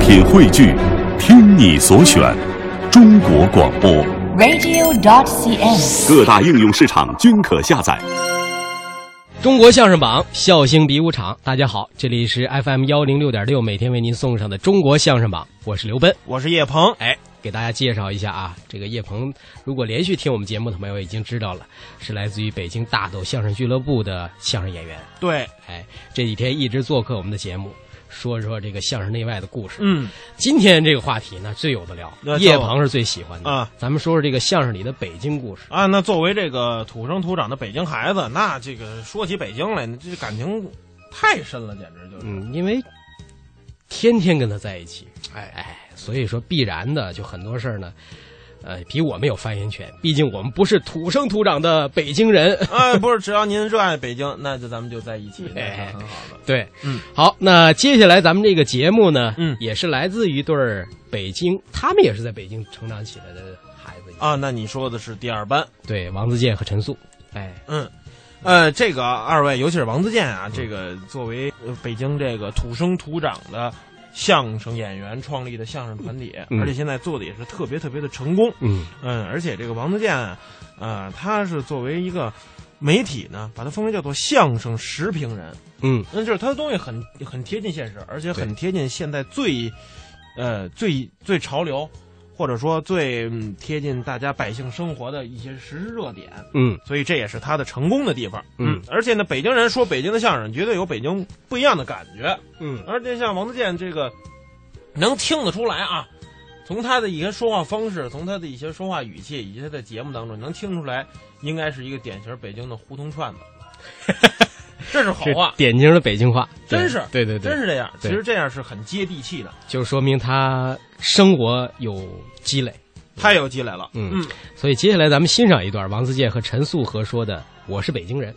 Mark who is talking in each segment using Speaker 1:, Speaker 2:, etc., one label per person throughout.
Speaker 1: 品汇聚，听你所选，中国广播。
Speaker 2: radio.cn。
Speaker 1: 各大应用市场均可下载。
Speaker 3: 中国相声榜，笑星比武场。大家好，这里是 FM 幺零六点六，每天为您送上的中国相声榜，我是刘奔。
Speaker 4: 我是叶鹏。
Speaker 3: 哎，给大家介绍一下啊，这个叶鹏，如果连续听我们节目的朋友已经知道了，是来自于北京大斗相声俱乐部的相声演员。
Speaker 4: 对，
Speaker 3: 哎，这几天一直做客我们的节目，说说这个相声内外的故事。
Speaker 4: 嗯，
Speaker 3: 今天这个话题呢，最有的聊
Speaker 4: 那，就
Speaker 3: 叶鹏是最喜欢的
Speaker 4: 啊。
Speaker 3: 咱们说说这个相声里的北京故事。
Speaker 4: 啊，那作为这个土生土长的北京孩子，那这个说起北京来，这感情太深了，简直 就是。
Speaker 3: 嗯，因为天天跟他在一起，
Speaker 4: 哎，
Speaker 3: 哎，所以说必然的，就很多事儿呢，呃，比我们有发言权，毕竟我们不是土生土长的北京 人。
Speaker 4: 啊，不是，只要您热爱北京，那就咱们就在一起，那
Speaker 3: 哎
Speaker 4: 是很好的。
Speaker 3: 对，
Speaker 4: 嗯，
Speaker 3: 好，那接下来咱们这个节目呢，
Speaker 4: 嗯
Speaker 3: 也是来自于一对儿北京，他们也是在北京成长起来的孩子，
Speaker 4: 啊，那你说的是第二班，
Speaker 3: 对，王自健和陈素，哎，
Speaker 4: 嗯。呃，这个二位，尤其是王自健啊，这个作为呃北京这个土生土长的相声演员创立的相声团体，
Speaker 3: 嗯
Speaker 4: 而且现在做的也是特别特别的成功。
Speaker 3: 嗯
Speaker 4: 嗯，而且这个王自健，呃，他是作为一个媒体呢，把他封为叫做相声时评人，
Speaker 3: 嗯，
Speaker 4: 那就是他的东西很很贴近现实，而且很贴近现在最，呃，最最潮流，或者说最、嗯贴近大家百姓生活的一些时事热点，
Speaker 3: 嗯
Speaker 4: 所以这也是他的成功的地方。
Speaker 3: 嗯，
Speaker 4: 而且呢，北京人说北京的相声，绝对有北京不一样的感觉。
Speaker 3: 嗯
Speaker 4: 而且像王自健这个，能听得出来啊，从他的一些说话方式，从他的一些说话语气，以及他在节目当中能听出来，应该是一个典型北京的胡同串子， 这是好
Speaker 3: 这
Speaker 4: 话，
Speaker 3: 典型的北京话，对
Speaker 4: 真是
Speaker 3: 对对对，
Speaker 4: 真是这样。其
Speaker 3: 对嗯
Speaker 4: 实这样是很接地气的，
Speaker 3: 就说明他生活有积累。
Speaker 4: 太有积累了。
Speaker 3: 嗯所以接下来咱们欣赏一段王自健和陈素和说的《我是北京人》。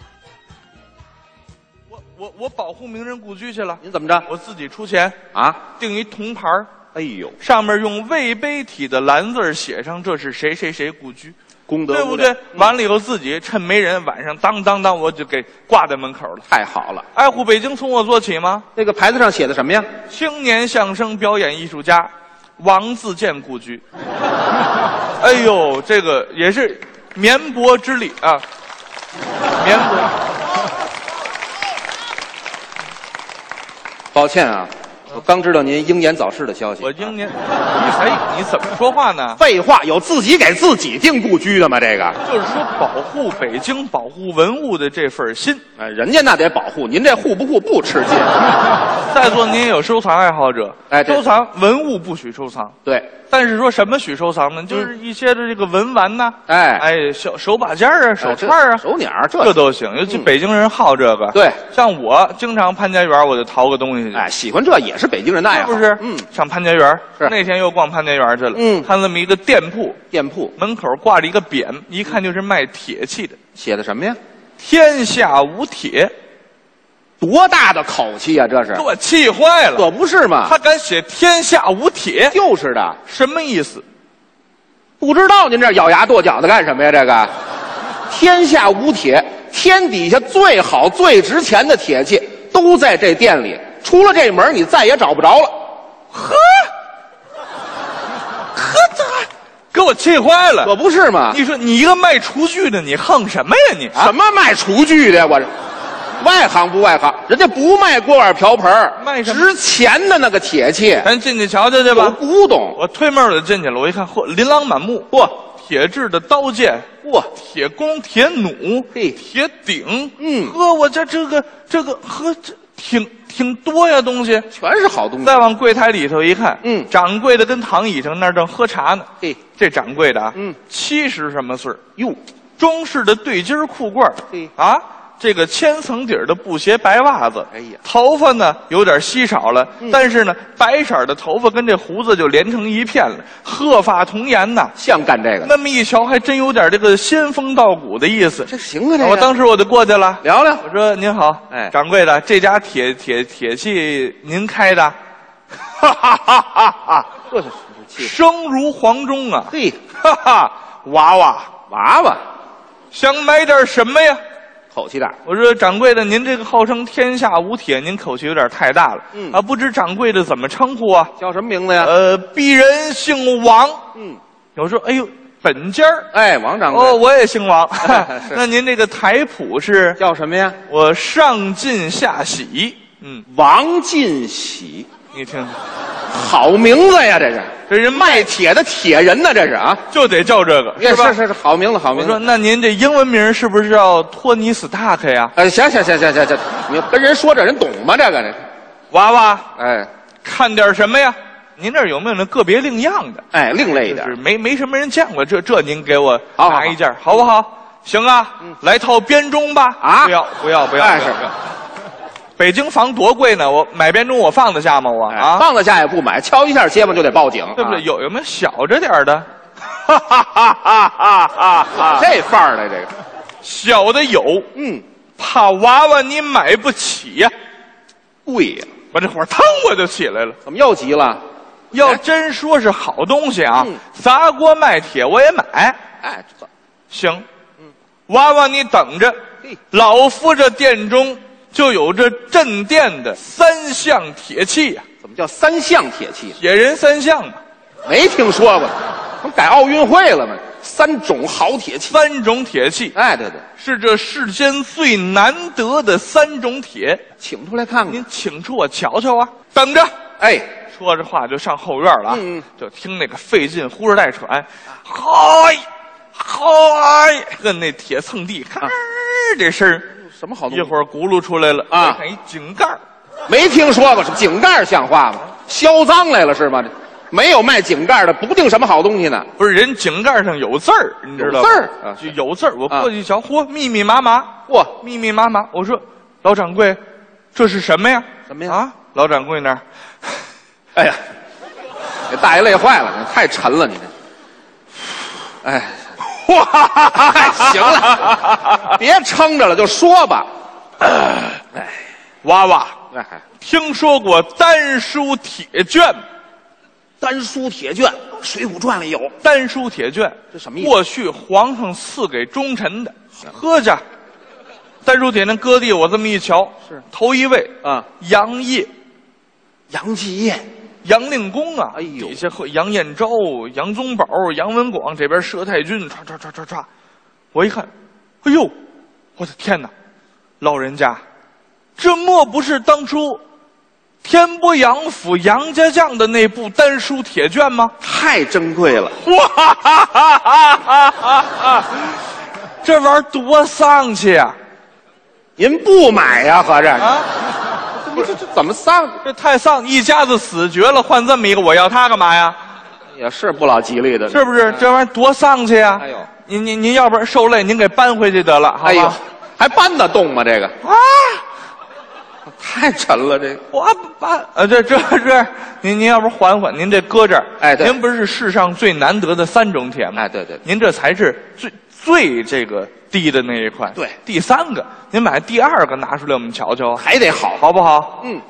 Speaker 5: 我我我保护名人故居去了，
Speaker 6: 您怎么着
Speaker 5: 我自己出钱
Speaker 6: 啊？
Speaker 5: 订一铜牌儿
Speaker 6: 哎呦，
Speaker 5: 上面用魏碑体的蓝字儿写上这是谁谁谁故居，
Speaker 6: 功德
Speaker 5: 对
Speaker 6: 无
Speaker 5: 不对
Speaker 6: 量？
Speaker 5: 完了以后自己趁没人，晚上当当当我就给挂在门口了。
Speaker 6: 太好了。
Speaker 5: 爱护北京从我做起吗？
Speaker 6: 那个牌子上写的什么呀？
Speaker 5: 青年相声表演艺术家王自健故居。 哎呦，这个也是绵薄之力啊，绵薄。
Speaker 6: 抱歉啊，我刚知道您英年早逝的消息。
Speaker 5: 我英年，你还你怎么说话呢？
Speaker 6: 废话，有自己给自己定故居的吗？这个，
Speaker 5: 就是说，保护北京、保护文物的这份心。
Speaker 6: 哎，人家那得保护，您这护不护不吃劲。
Speaker 5: 在座您也有收藏爱好者，
Speaker 6: 哎对
Speaker 5: 收藏文物不许收藏，
Speaker 6: 对，
Speaker 5: 但是说什么许收藏呢？就是一些的这个文玩呐，
Speaker 6: 嗯哎
Speaker 5: 哎，手手把件儿啊，手串儿啊，
Speaker 6: 手鸟儿
Speaker 5: 这
Speaker 6: 这，嗯
Speaker 5: 都行。尤其北京人好这个，
Speaker 6: 对
Speaker 5: 像我经常潘家园，我就淘个东西去。
Speaker 6: 哎，喜欢这也是北京人的爱
Speaker 5: 是
Speaker 6: 好，
Speaker 5: 不是？
Speaker 6: 嗯，
Speaker 5: 上潘家园
Speaker 6: 是
Speaker 5: 那天又逛潘家园去了。
Speaker 6: 嗯
Speaker 5: 看那么一个店铺，
Speaker 6: 店铺
Speaker 5: 门口挂着一个匾，一看就是卖铁器的
Speaker 6: 写的什么呀？
Speaker 5: “天下无铁
Speaker 6: 多大的口气啊呀，这”，是
Speaker 5: 给，我气坏了。
Speaker 6: 可不是嘛？
Speaker 5: 他敢写“天下无铁
Speaker 6: 就是的，”，
Speaker 5: 什么意思？
Speaker 6: 不知道您这咬牙跺脚的干什么呀？这个，天下无铁，天底下最好、最值钱的铁器都在这店里，除了这门儿你再也找不着了。
Speaker 5: 给我气坏
Speaker 6: 可
Speaker 5: 了！
Speaker 6: 不是吗？
Speaker 5: 你说你一个卖厨具的，你横什么呀你？
Speaker 6: 什么卖厨具的呀？我这外行不外行，人家不卖锅碗瓢盆儿
Speaker 5: 卖什么
Speaker 6: 值钱的那个铁器，
Speaker 5: 咱进去瞧瞧去
Speaker 6: 有
Speaker 5: 吧。
Speaker 6: 古董。
Speaker 5: 我推门我就进去了，我一看，嚯，琳琅满目，嚯，铁制的刀剑，
Speaker 6: 嚯，
Speaker 5: 铁弓、铁弩，
Speaker 6: 嘿
Speaker 5: 铁鼎，
Speaker 6: 嗯
Speaker 5: 呵，我这这个这个呵，这挺挺多呀东西。
Speaker 6: 全是好东西
Speaker 5: 嗯再。往柜台里头一看，
Speaker 6: 嗯
Speaker 5: 掌柜的跟躺椅上那儿正喝茶呢。
Speaker 6: 嘿，
Speaker 5: 这掌柜的啊，
Speaker 6: 嗯
Speaker 5: 七十什么岁儿
Speaker 6: 哟，
Speaker 5: 中式的对襟儿裤褂儿
Speaker 6: 嘿
Speaker 5: 啊，这个千层底儿的布鞋白袜子，
Speaker 6: 哎呀嗯
Speaker 5: 头发呢有点稀少了，但是呢，白色儿的头发跟这胡子就连成一片了，鹤发童颜呐。
Speaker 6: 像干这个的，
Speaker 5: 那么一瞧，还真有点这个仙风道骨的意思。
Speaker 6: 这行啊，这
Speaker 5: 啊
Speaker 6: 个。
Speaker 5: 我当时我就过去了，
Speaker 6: 聊聊
Speaker 5: 我说：“您好，
Speaker 6: 哎
Speaker 5: 掌柜的，这家铁铁铁器您开的，哈哈哈
Speaker 6: 啊
Speaker 5: 哈哈，
Speaker 6: 这是器。
Speaker 5: 声如黄钟啊，
Speaker 6: 嘿，
Speaker 5: 哈哈，娃娃
Speaker 6: 娃娃
Speaker 5: 想买点什么呀？
Speaker 6: 口气大。
Speaker 5: 我说掌柜的，您这个号称天下无铁，您口气有点太大了。
Speaker 6: 嗯
Speaker 5: 啊，不知掌柜的怎么称呼啊？
Speaker 6: 叫什么名字呀？
Speaker 5: 呃，鄙人姓王。
Speaker 6: 嗯，
Speaker 5: 有时候，哎呦，本家儿。
Speaker 6: 哎，王掌柜，
Speaker 5: 哦，我也姓王
Speaker 6: 是。
Speaker 5: 那您这个台谱是？
Speaker 6: 叫什么呀？
Speaker 5: 我上进下喜。嗯，
Speaker 6: 王进喜，
Speaker 5: 你听，
Speaker 6: 好名字呀，这是
Speaker 5: 这人
Speaker 6: 卖铁的铁人呢，这是啊，
Speaker 5: 就得叫这个，
Speaker 6: 也
Speaker 5: 吧？
Speaker 6: 是是是好名字，好
Speaker 5: 我
Speaker 6: 名
Speaker 5: 说，
Speaker 6: 字。
Speaker 5: 那您这英文名是不是叫托尼·斯塔克呀？
Speaker 6: 哎，行行行行行行，你跟人说这人懂吗？这个这，
Speaker 5: 娃娃，
Speaker 6: 哎
Speaker 5: 看点什么呀？您这儿有没有那个别另样的？
Speaker 6: 哎，另类一
Speaker 5: 就是
Speaker 6: 点，
Speaker 5: 没没什么人见过，这这您给我
Speaker 6: 好好好嗯
Speaker 5: 拿一件，好不好？行啊，来套编钟吧。
Speaker 6: 啊
Speaker 5: 不要不要不要，
Speaker 6: 哎
Speaker 5: 不要
Speaker 6: 是
Speaker 5: 不要北京房多贵呢，我买编钟我放得下吗？我
Speaker 6: 哎
Speaker 5: 啊，
Speaker 6: 放得下也不买，敲一下结巴就得报警，
Speaker 5: 对不对？
Speaker 6: 啊？
Speaker 5: 有有没有小着点儿的？哈哈哈哈哈哈！
Speaker 6: 这范儿的这个，
Speaker 5: 小的有，
Speaker 6: 嗯，
Speaker 5: 怕娃娃你买不起呀。
Speaker 6: 贵呀，
Speaker 5: 我这火腾我就起来了。
Speaker 6: 怎么又急了？
Speaker 5: 要真说是好东西啊
Speaker 6: 哎嗯，
Speaker 5: 砸锅卖铁我也买。
Speaker 6: 哎，这
Speaker 5: 行，娃娃你等着
Speaker 6: 嗯嘿，
Speaker 5: 老夫这殿中就有这镇店的三项铁器呀、
Speaker 6: 怎么叫三项铁器？
Speaker 5: 铁人三项嘛，
Speaker 6: 没听说过，怎么改奥运会了吗？三种好铁器。
Speaker 5: 三种铁器
Speaker 6: 哎，对对，
Speaker 5: 是这世间最难得的三种铁，
Speaker 6: 请出来看看
Speaker 5: 您。请出我瞧瞧啊！等着。
Speaker 6: 哎，
Speaker 5: 说着话就上后院了啊，
Speaker 6: 嗯嗯
Speaker 5: 就听那个费劲呼哧带喘，嗨嗨，跟那铁蹭地，咔、这声儿，
Speaker 6: 什么啊好东
Speaker 5: 一
Speaker 6: 西？
Speaker 5: 会儿轱辘出来了
Speaker 6: 啊
Speaker 5: 再看一井盖儿
Speaker 6: 没听说过，什么井盖像话吗？销赃来了是吗？这没有卖井盖的，不定什么好东西呢。
Speaker 5: 不是人井盖上有字儿，你知道吗？
Speaker 6: 有字儿啊
Speaker 5: 就有字儿。我
Speaker 6: 啊
Speaker 5: 过去一瞧，嚯，密密麻麻，
Speaker 6: 嚯
Speaker 5: 密密麻麻。我说，老掌柜，这是什么呀？
Speaker 6: 什么呀
Speaker 5: 啊，老掌柜那儿，
Speaker 6: 哎呀，给大爷累坏了，太沉了，你这。哎，
Speaker 5: 哇，
Speaker 6: 哎，行了，别撑着了，就说吧。
Speaker 5: 娃娃，
Speaker 6: 哎，
Speaker 5: 听说过丹书铁卷吗？
Speaker 6: 丹书铁卷，《水浒传》里有。
Speaker 5: 丹书铁卷，
Speaker 6: 这什么意思
Speaker 5: 过去皇上赐给忠臣的，喝去。丹书铁那搁地，我这么一瞧，
Speaker 6: 是
Speaker 5: 头一位呃
Speaker 6: 啊，
Speaker 5: 杨业，
Speaker 6: 杨继业，
Speaker 5: 杨令公啊，
Speaker 6: 哎呦
Speaker 5: 底下和杨彦昭、杨宗保、杨文广这边佘太君，唰唰唰唰唰，我一看，哎呦，我的天哪，老人家，这莫不是当初天波杨府杨家将的那部丹书铁卷吗？
Speaker 6: 太珍贵了。
Speaker 5: 哇哈哈哈哈哈哈！ 这玩意儿多丧气啊！
Speaker 6: 您不买呀、合着
Speaker 5: 啊，
Speaker 6: 你这这怎么丧？
Speaker 5: 这太丧，一家子死绝了，换这么一个，我要它干嘛呀？
Speaker 6: 也是不老吉利的，
Speaker 5: 是不是？这玩意儿多丧气啊！
Speaker 6: 哎呦，
Speaker 5: 您您您要不然受累，您给搬回去得了，好吧？
Speaker 6: 哎呦，还搬得动吗？这个
Speaker 5: 啊！
Speaker 6: 太沉了，这个
Speaker 5: 我搬呃，这这这，您您要不缓缓，您这搁这儿，
Speaker 6: 哎对
Speaker 5: 您不是世上最难得的三种铁吗？
Speaker 6: 哎对对对
Speaker 5: 您这才是最最这个低的那一块，
Speaker 6: 对
Speaker 5: 第三个，您把第二个拿出来，我们瞧瞧啊，
Speaker 6: 还得好，
Speaker 5: 好不好？
Speaker 6: 嗯，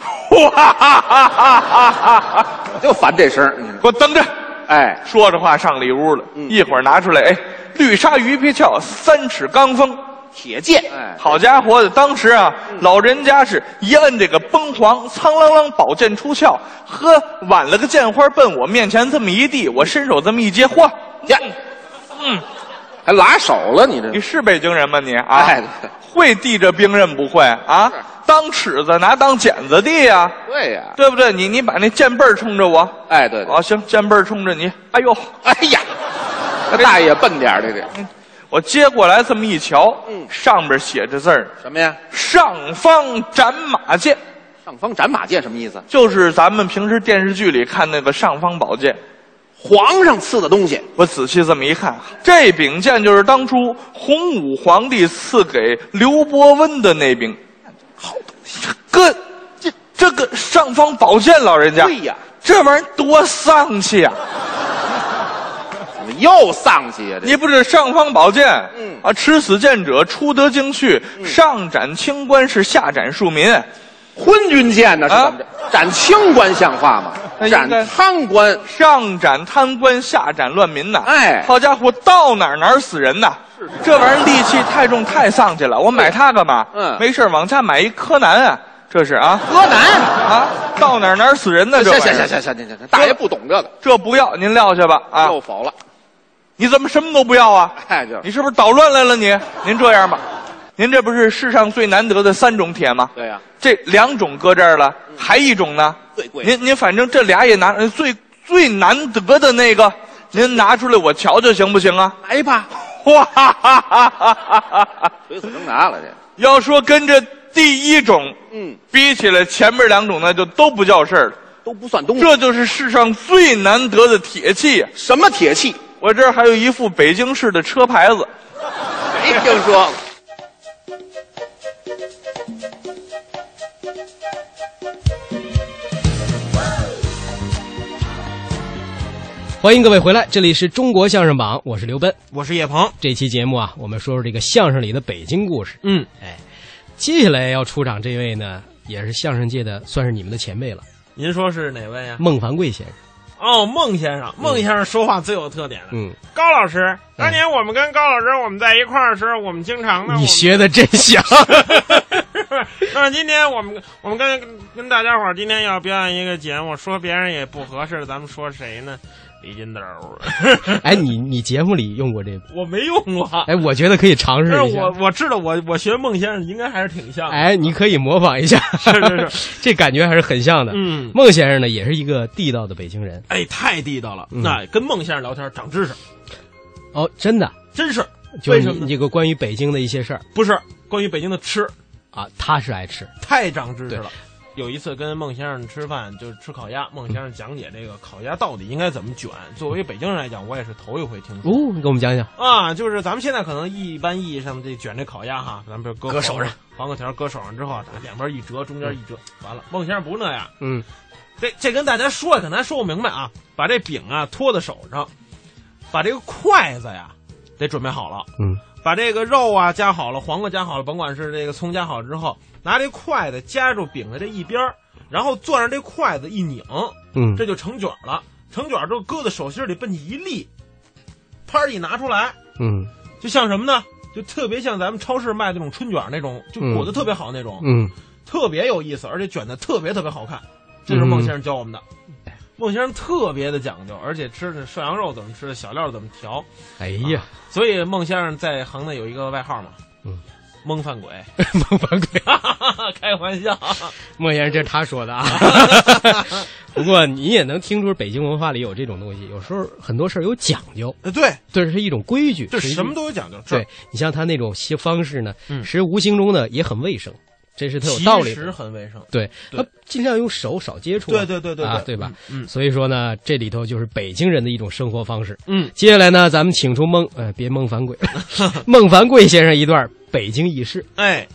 Speaker 5: 哇哈哈哈哈哈！
Speaker 6: 我就烦这声儿。你
Speaker 5: 给我等着。
Speaker 6: 哎，
Speaker 5: 说着话上里屋了，
Speaker 6: 嗯
Speaker 5: 一会儿拿出来，哎，绿鲨鱼皮鞘，三尺钢锋。
Speaker 6: 铁剑，哎，嗯
Speaker 5: 好家伙的，当时啊，老人家是一摁这个崩簧，苍啷啷宝剑出鞘，呵，挽了个剑花奔我面前这么一递，我伸手这么一接，嚯，
Speaker 6: 呀，
Speaker 5: 嗯，
Speaker 6: 还拉手了，你
Speaker 5: 你
Speaker 6: 这
Speaker 5: 是北京人吗你啊？
Speaker 6: 哎对
Speaker 5: 会递这兵刃不会啊
Speaker 6: 是？
Speaker 5: 当尺子拿当剪子递呀、
Speaker 6: 对呀、
Speaker 5: 对不对？你你把那剑背儿冲着我，
Speaker 6: 哎对对
Speaker 5: 啊行，剑背儿冲着你，哎呦，
Speaker 6: 哎呀，这大爷笨点儿，这个
Speaker 5: 我接过来这么一瞧，
Speaker 6: 嗯
Speaker 5: 上边写着字儿，
Speaker 6: 什么呀？
Speaker 5: 上方斩马剑。
Speaker 6: 上方斩马剑什么意思？
Speaker 5: 就是咱们平时电视剧里看那个尚方宝剑，
Speaker 6: 皇上赐的东西，
Speaker 5: 我仔细这么一看，这柄剑就是当初洪武皇帝赐给刘伯温的那柄。
Speaker 6: 好东西，
Speaker 5: 哥，这这个尚方宝剑，老人家，
Speaker 6: 对呀
Speaker 5: 这玩意儿多丧气啊！
Speaker 6: 怎么又丧气呀、这
Speaker 5: 你不是尚方宝剑，
Speaker 6: 嗯
Speaker 5: 啊，持此剑者，出得京去，上斩清官是下斩庶民。
Speaker 6: 昏君剑呢？是怎么着？啊哎斩清官像话吗？
Speaker 5: 那应
Speaker 6: 斩
Speaker 5: 该
Speaker 6: 贪官
Speaker 5: 上斩贪官，下斩乱民呐！
Speaker 6: 哎
Speaker 5: 好家伙，到哪儿哪儿死人呐！这玩意儿戾气太重，太丧气了。我买它干嘛？
Speaker 6: 嗯
Speaker 5: 没事儿往家买一柯南啊，这是啊
Speaker 6: 柯南。
Speaker 5: 啊，到哪儿哪儿死人呢？这
Speaker 6: 行
Speaker 5: 玩意
Speaker 6: 行
Speaker 5: 儿
Speaker 6: 行行行行行，大爷不懂这个，
Speaker 5: 这不要您撂下吧啊！
Speaker 6: 又否了。
Speaker 5: 你怎么什么都不要啊？
Speaker 6: 哎，就
Speaker 5: 你
Speaker 6: 是
Speaker 5: 是不是捣乱来了你？您这样吧，您这不是世上最难得的三种铁吗？
Speaker 6: 对呀，
Speaker 5: 这两种搁这儿了，还一种呢？
Speaker 6: 最贵的
Speaker 5: 您您反正这俩也拿，呃最最难得的那个，您拿出来我瞧瞧行不行啊？
Speaker 6: 来吧，
Speaker 5: 哇哈哈哈哈哈！
Speaker 6: 垂死挣扎了这。
Speaker 5: 要说跟这第一种
Speaker 6: 嗯，
Speaker 5: 比起来，前面两种那就都不叫事儿了。
Speaker 6: 都不算东西。
Speaker 5: 这就是世上最难得的铁器呀。
Speaker 6: 什么铁器？
Speaker 5: 我这儿还有一副北京市的车牌子，
Speaker 6: 没听说过。
Speaker 3: 欢迎各位回来，这里是中国相声榜，我是刘奔。
Speaker 4: 我是叶鹏，
Speaker 3: 这期节目啊，我们说说这个相声里的北京故事。
Speaker 4: 嗯，
Speaker 3: 接下来要出场这位呢，也是相声界的，算是你们的前辈了，
Speaker 4: 您说是哪位呀？
Speaker 3: 孟凡贵先生。
Speaker 4: 哦，孟先生，孟先生说话最有特点了。
Speaker 3: 嗯，
Speaker 7: 高老师，当年我们跟高老师我们在一块儿的时候，我们经常呢，我
Speaker 3: 你
Speaker 7: 们
Speaker 3: 学的真像。
Speaker 7: 那今天我们我们跟跟大家伙儿今天要表演一个节目，说别人也不合适，咱们说谁呢？李金斗，
Speaker 3: 哎，你你节目里用过这？
Speaker 4: 我没用过，
Speaker 3: 哎，我觉得可以尝试
Speaker 4: 但
Speaker 3: 一
Speaker 4: 是我
Speaker 3: 下。
Speaker 4: 我知道我我学孟先生应该还是挺像的。
Speaker 3: 哎，你可以模仿一下，是
Speaker 4: 是
Speaker 3: 是， 这感觉还是很像的。
Speaker 4: 嗯，
Speaker 3: 孟先生呢，也是一个地道的北京人。
Speaker 4: 哎，太地道了。
Speaker 3: 嗯
Speaker 4: 那跟孟先生聊天长知识，
Speaker 3: 哦，真的，
Speaker 4: 真是
Speaker 3: 就
Speaker 4: 为
Speaker 3: 是
Speaker 4: 什么
Speaker 3: 你
Speaker 4: 呢
Speaker 3: 你这个关于北京的一些事儿
Speaker 4: 不是关于北京的吃
Speaker 3: 啊，他是爱吃。
Speaker 4: 太长知识了。有一次跟孟先生吃饭，就是吃烤鸭，孟先生讲解这个烤鸭到底应该怎么卷。作为北京人来讲，我也是头一回听说。
Speaker 3: 哦，你给我们讲讲。
Speaker 4: 啊，就是咱们现在可能一般意义上这卷这烤鸭哈，咱们比如割
Speaker 3: 搁手上，
Speaker 4: 黄瓜条搁手上之后，咱两边一折，中间一折，完了。孟先生不是那样，
Speaker 3: 嗯，
Speaker 4: 这这跟大家说，可能还说不明白啊。把这饼啊托在手上，把这个筷子呀得准备好了，
Speaker 3: 嗯，
Speaker 4: 把这个肉啊夹好了，黄瓜夹好了，甭管是这个葱夹好了之后，拿这筷子夹住饼的这一边儿，然后攥着这筷子一拧，
Speaker 3: 嗯，
Speaker 4: 这就成卷儿了。成卷儿之后搁在手心里奔起一立，啪儿一拿出来，
Speaker 3: 嗯
Speaker 4: 就像什么呢？就特别像咱们超市卖那种春卷儿那种，就裹得特别好那种，
Speaker 3: 嗯，
Speaker 4: 特别有意思，而且卷的特别特别好看。这是孟先生教我们的。孟先生特别的讲究，而且吃的涮羊肉怎么吃，小料怎么调。
Speaker 3: 哎 呀，
Speaker 4: 所以孟先生在行内有一个外号嘛，
Speaker 3: 嗯，
Speaker 4: 蒙饭鬼，
Speaker 3: 孟凡贵，
Speaker 4: 开玩笑。
Speaker 3: 孟先生，这是他说的 啊。不过你也能听出北京文化里有这种东西，有时候很多事儿有讲究，
Speaker 4: 呃， 对，
Speaker 3: 这是一种规矩，
Speaker 4: 这
Speaker 3: 是一
Speaker 4: 什么
Speaker 3: 种
Speaker 4: 都有讲究。
Speaker 3: 对你像他那种些方式呢，
Speaker 4: 嗯
Speaker 3: 其实无形中呢也很卫生，这是
Speaker 4: 这
Speaker 3: 他有道理
Speaker 4: 其实
Speaker 3: 的。
Speaker 4: 很卫生。
Speaker 3: 对，
Speaker 4: 对
Speaker 3: 他尽量用手少接触啊、
Speaker 4: 对对对对
Speaker 3: 啊，对
Speaker 4: 对
Speaker 3: 吧？
Speaker 4: 嗯嗯
Speaker 3: 所以说呢，这里头就是北京人的一种生活方式。
Speaker 4: 嗯，
Speaker 3: 接下来呢，咱们请出孟呃，别孟凡 贵，孟凡贵先生一段北京轶事。
Speaker 4: 哎，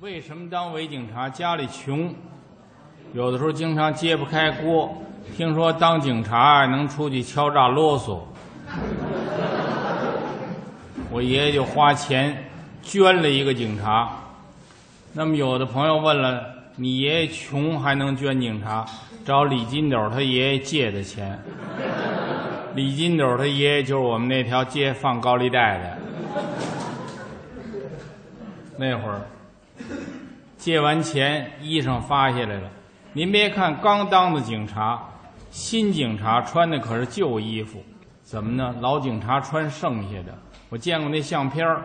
Speaker 8: 为什么当伪警察家里穷？有的时候经常揭不开锅。听说当警察能出去敲诈啰嗦，我爷爷就花钱捐了一个警察。那么有的朋友问了，你爷爷穷还能捐警察？找李金斗他爷爷借的钱。李金斗他爷爷就是我们那条街放高利贷的。那会儿，借完钱，衣裳发下来了。您别看刚当的警察，新警察穿的可是旧衣服，怎么呢？老警察穿剩下的。我见过那相片儿，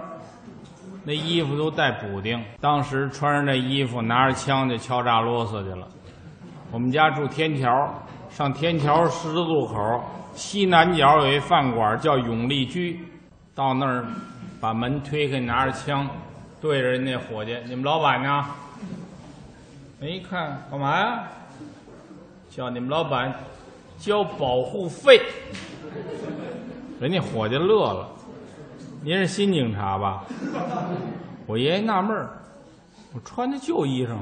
Speaker 8: 那衣服都带补丁。当时穿上这衣服，拿着枪就敲诈啰嗦去了。我们家住天桥，上天桥十字路口西南角有一饭馆叫永利居，到那儿把门推开，拿着枪对着人那伙计：“你们老板呢？”人一哎看，干嘛呀？叫你们老板交保护费。人家伙计乐了：“您是新警察吧？”我爷爷纳闷儿：“我穿的旧衣裳，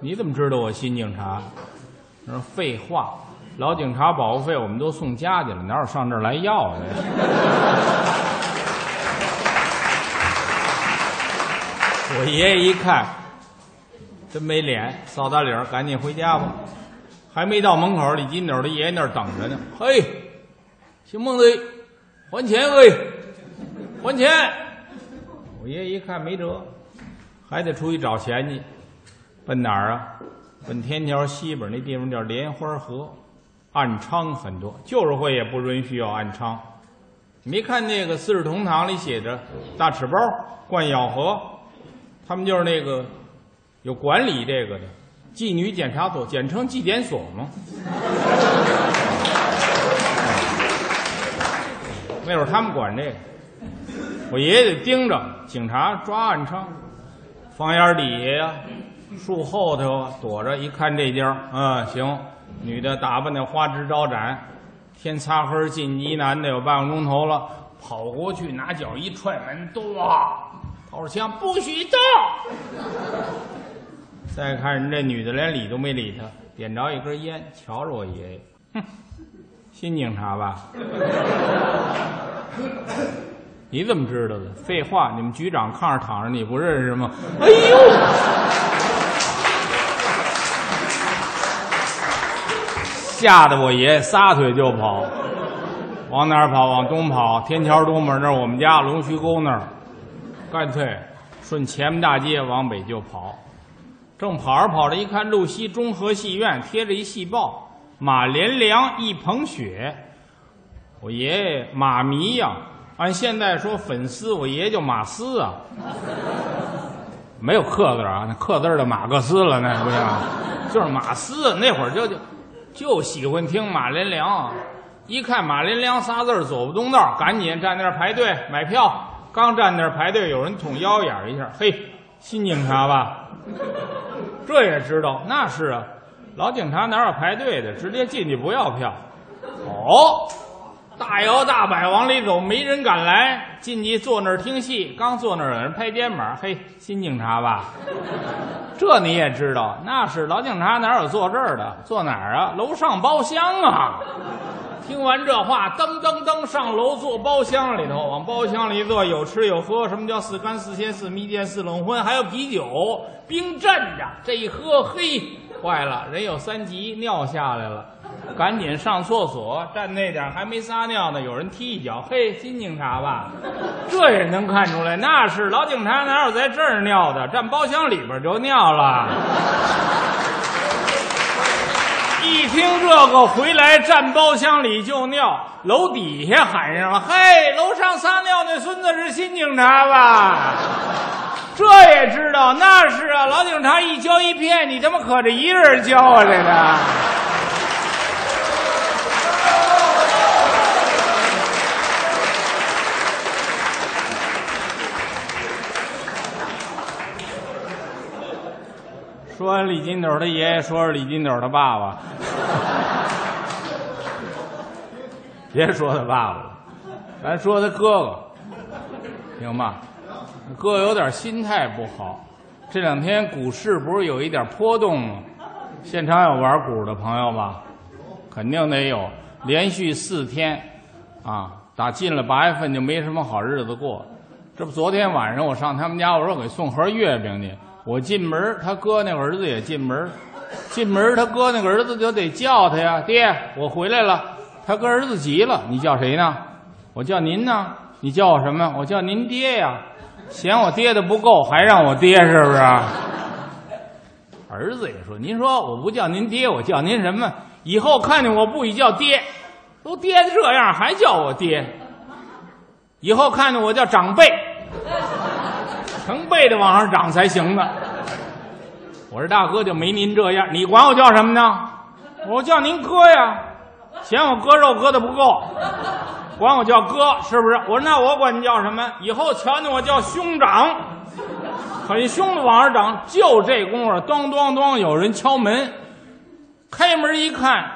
Speaker 8: 你怎么知道我新警察？”他说：“废话，老警察保护费我们都送家去了，哪有上这儿来要的呀？” 我爷爷一看，真没脸，扫大脸儿，赶紧回家吧。还没到门口，李金斗的爷爷那儿等着呢。嘿，姓孟的，还钱喂，还钱！我爷爷一看没辙，还得出去找钱去。奔哪儿啊？奔天桥西边那地方叫莲花河，暗娼很多，旧社会也不允许有暗娼。你没看那个《四世同堂》里写着大尺包、灌咬合，他们就是那个有管理这个的妓女检查所，简称纪检所嘛。那会儿他们管这个，我爷爷得盯着警察抓暗娼，房檐底下呀、树后头啊躲着，一看这家，嗯，行，女的打扮的花枝招展，天擦黑进呢喃的有半个钟头了，跑过去拿脚一踹门，咚，啊掏着枪，不许动。 再看人这女的连理都没理他，点着一根烟，瞧着我爷爷，哼，新警察吧？你怎么知道的？废话，你们局长炕上躺着，你不认识吗？哎呦！吓得我爷撒腿就跑，往哪儿跑？往东跑，天桥东门那儿我们家龙须沟那儿，干脆顺前门大街往北就跑。正跑着跑着，一看路西中和戏院贴着一戏报，马连良、一捧雪。我爷爷马迷呀、按现在说粉丝，我爷爷叫马斯啊，没有克字儿啊，那克字儿的马克思了，那不行，啊就是马斯。那会儿就就就喜欢听马连良，一看马连良仨字儿走不动道儿，赶紧站那儿排队买票。刚站那儿排队，有人捅腰眼儿一下，嘿，新警察吧？这也知道？那是啊，老警察哪有排队的？直接进去不要票。哦，大摇大摆往里走，没人敢来。进去坐那儿听戏，刚坐那儿有人拍肩膀，嘿，新警察吧？这你也知道？那是老警察哪有坐这儿的？坐哪儿啊？楼上包厢啊！听完这话，噔噔噔上楼坐包厢里头，往包厢里一坐，有吃有喝。什么叫四干四鲜四蜜饯四冷荤？还有啤酒、冰镇着。这一喝，嘿，坏了，人有三急，尿下来了，赶紧上厕所。站那点儿还没撒尿呢，有人踢一脚，嘿，新警察吧？这也能看出来，那是老警察哪有在这儿尿的？站包厢里边就尿了。一听这个回来，站包厢里就尿，楼底下喊上了：“嘿，楼上撒尿那孙子是新警察吧？”这也知道，那是啊，老警察一教一遍，你他妈可这一人教啊，这个。说完李金斗他爷爷，说是李金斗他爸爸，别说他爸爸了，咱说他哥哥，行吧？哥有点心态不好，这两天股市不是有一点波动吗？现场有玩股的朋友吧？肯定得有，连续四天，啊，打进了八月份就没什么好日子过。这不，昨天晚上我上他们家，我说给送盒月饼去。我进门，他哥那个儿子也进门，进门他哥那个儿子就得叫他呀，爹，我回来了。他跟儿子急了，你叫谁呢？我叫您呢？你叫我什么？我叫您爹呀。嫌我爹的不够，还让我爹是啊不是？儿子也说：“您说我不叫您爹，我叫您什么？以后看见我不许叫爹，都爹这样还叫我爹。以后看见我叫长辈，成辈的往上涨才行呢。”我说：“大哥就没您这样，你管我叫什么呢？我叫您哥呀，嫌我割肉割的不够，管我叫哥是不是？”我说：“那我管你叫什么？以后瞧见我叫兄长。”很凶的往上涨，就这功夫，咚咚咚，有人敲门。开门一看，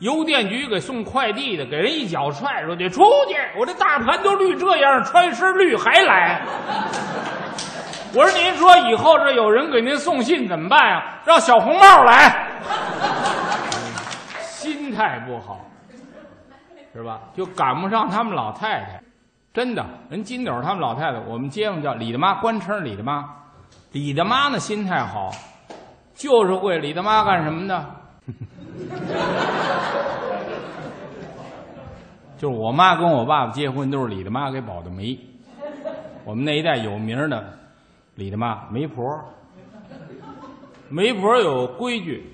Speaker 8: 邮电局给送快递的，给人一脚踹出去，出去！我这大盘都绿这样，穿身绿还来。我说您说以后这有人给您送信怎么办呀、让小红帽来。心态不好，是吧？就赶不上他们老太太。真的，人金斗他们老太太，我们街坊叫李大妈，官称李大妈。李大妈呢心态好，就是会理他妈干什么呢？就是我妈跟我爸爸结婚都是李大妈给保的媒，我们那一代有名的李大妈媒婆，媒婆有规矩，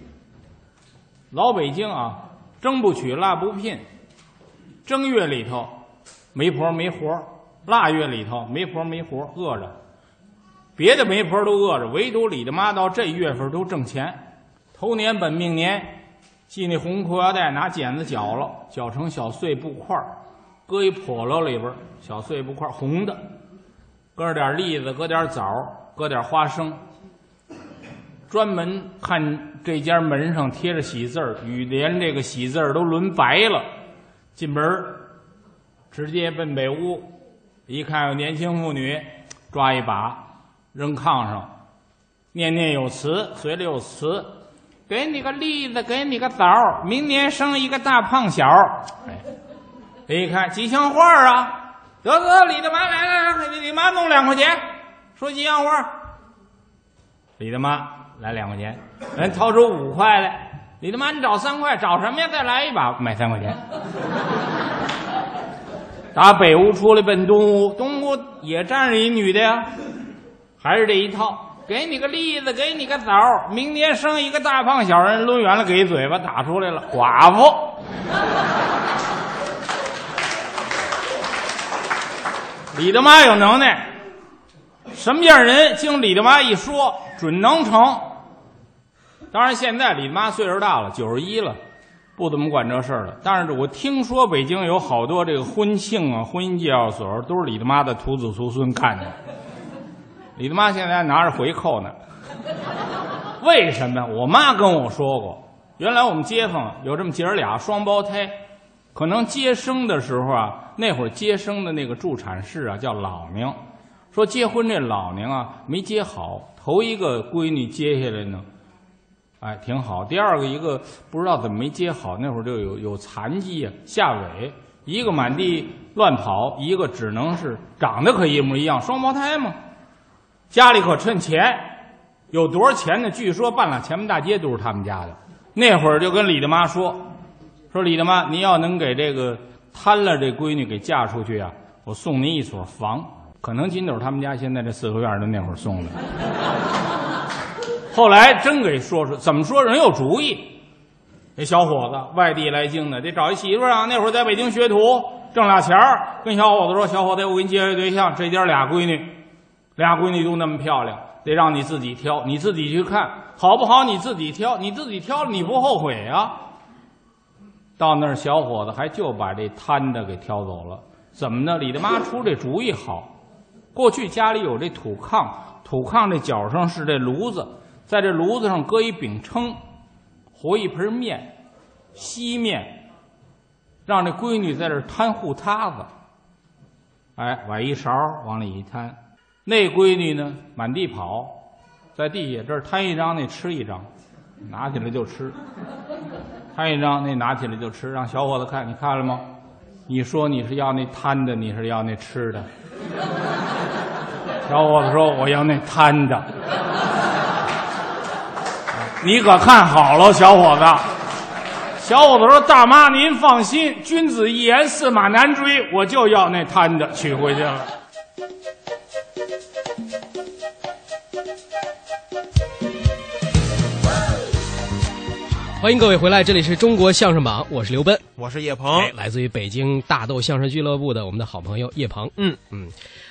Speaker 8: 老北京啊，蒸不娶，蜡不聘，正月里头媒婆没活儿腊月里头媒婆没活儿饿着，别的媒婆都饿着，唯独李大妈到这月份都挣钱，头年本命年系那红裤腰带，拿剪子绞了，绞成小碎布块儿搁一笸箩里边儿，小碎布块儿红的，搁着点栗子，搁点枣儿，搁点花生。专门看这家门上贴着喜字儿，雨连这个喜字儿都轮白了。进门儿直接奔北屋，一看有年轻妇女，抓一把扔炕上，念念有词，嘴里有词，给你个栗子，给你个枣儿，明年生一个大胖小儿。哎，这一看吉祥话儿啊，得得，李大妈来来来，给李妈弄两块钱，说吉祥话儿。李大妈来两块钱，人掏出五块来，李大妈你找三块，找什么呀？再来一把，买三块钱。打北屋出来奔东屋，东屋也站着一女的呀，还是这一套，给你个栗子，给你个枣儿，明年生一个大胖小人，抡圆了给一嘴巴打出来了，寡妇。李大妈有能耐，什么样人，经李大妈一说，准能成。当然，现在李妈岁数大了，九十一了，不怎么管这事儿了。但是我听说北京有好多这个婚庆啊、婚姻介绍所，都是李大妈的徒子徒孙干的。 李大妈现在还拿着回扣呢。 为什么？我妈跟我说过，原来我们街坊有这么姐儿俩双胞胎，可能接生的时候啊，那会儿接生的那个助产士啊叫老娘，说结婚这老娘啊没接好，头一个闺女接下来呢，哎挺好，第二个一个不知道怎么没接好，那会儿就有有残疾啊下尾，一个满地乱跑，一个只能是长得可一模一样，双胞胎嘛，家里可趁钱，有多少钱呢？据说半拉前门大街都是他们家的。那会儿就跟李大妈说，说李大妈，您要能给这个贪了这闺女给嫁出去啊，我送您一所房。可能金斗他们家现在这四合院的那会儿送的。后来真给说说，怎么说人有主意。那小伙子外地来京的，得找一媳妇儿啊。那会儿在北京学徒，挣俩钱儿，跟小伙子说：“小伙子，我给你介绍一对象，这家俩闺女，俩闺女都那么漂亮，得让你自己挑，你自己去看好不好？你自己挑，你自己挑了你不后悔啊？到那儿，小伙子还就把这摊的给挑走了。怎么呢？李大妈出这主意好。过去家里有这土炕，土炕这角上是这炉子，在这炉子上搁一饼铛，和一盆面，稀面，让这闺女在这儿摊糊塌子。哎，崴一勺往里一摊，那闺女呢，满地跑，在地下这儿摊一张，那吃一张，拿起来就吃；摊一张，那拿起来就吃，让小伙子看，你看了吗？你说你是要那摊的，你是要那吃的？小伙子说：“我要那摊的。”你可看好了，小伙子。小伙子说：“大妈，您放心，君子一言，驷马难追，我就要那摊的，娶回去了。”
Speaker 9: 欢迎各位回来，这里是中国相声榜，我是刘奔，
Speaker 4: 我是叶鹏
Speaker 9: 哎，来自于北京大豆相声俱乐部的我们的好朋友叶鹏。
Speaker 4: 嗯
Speaker 9: 嗯，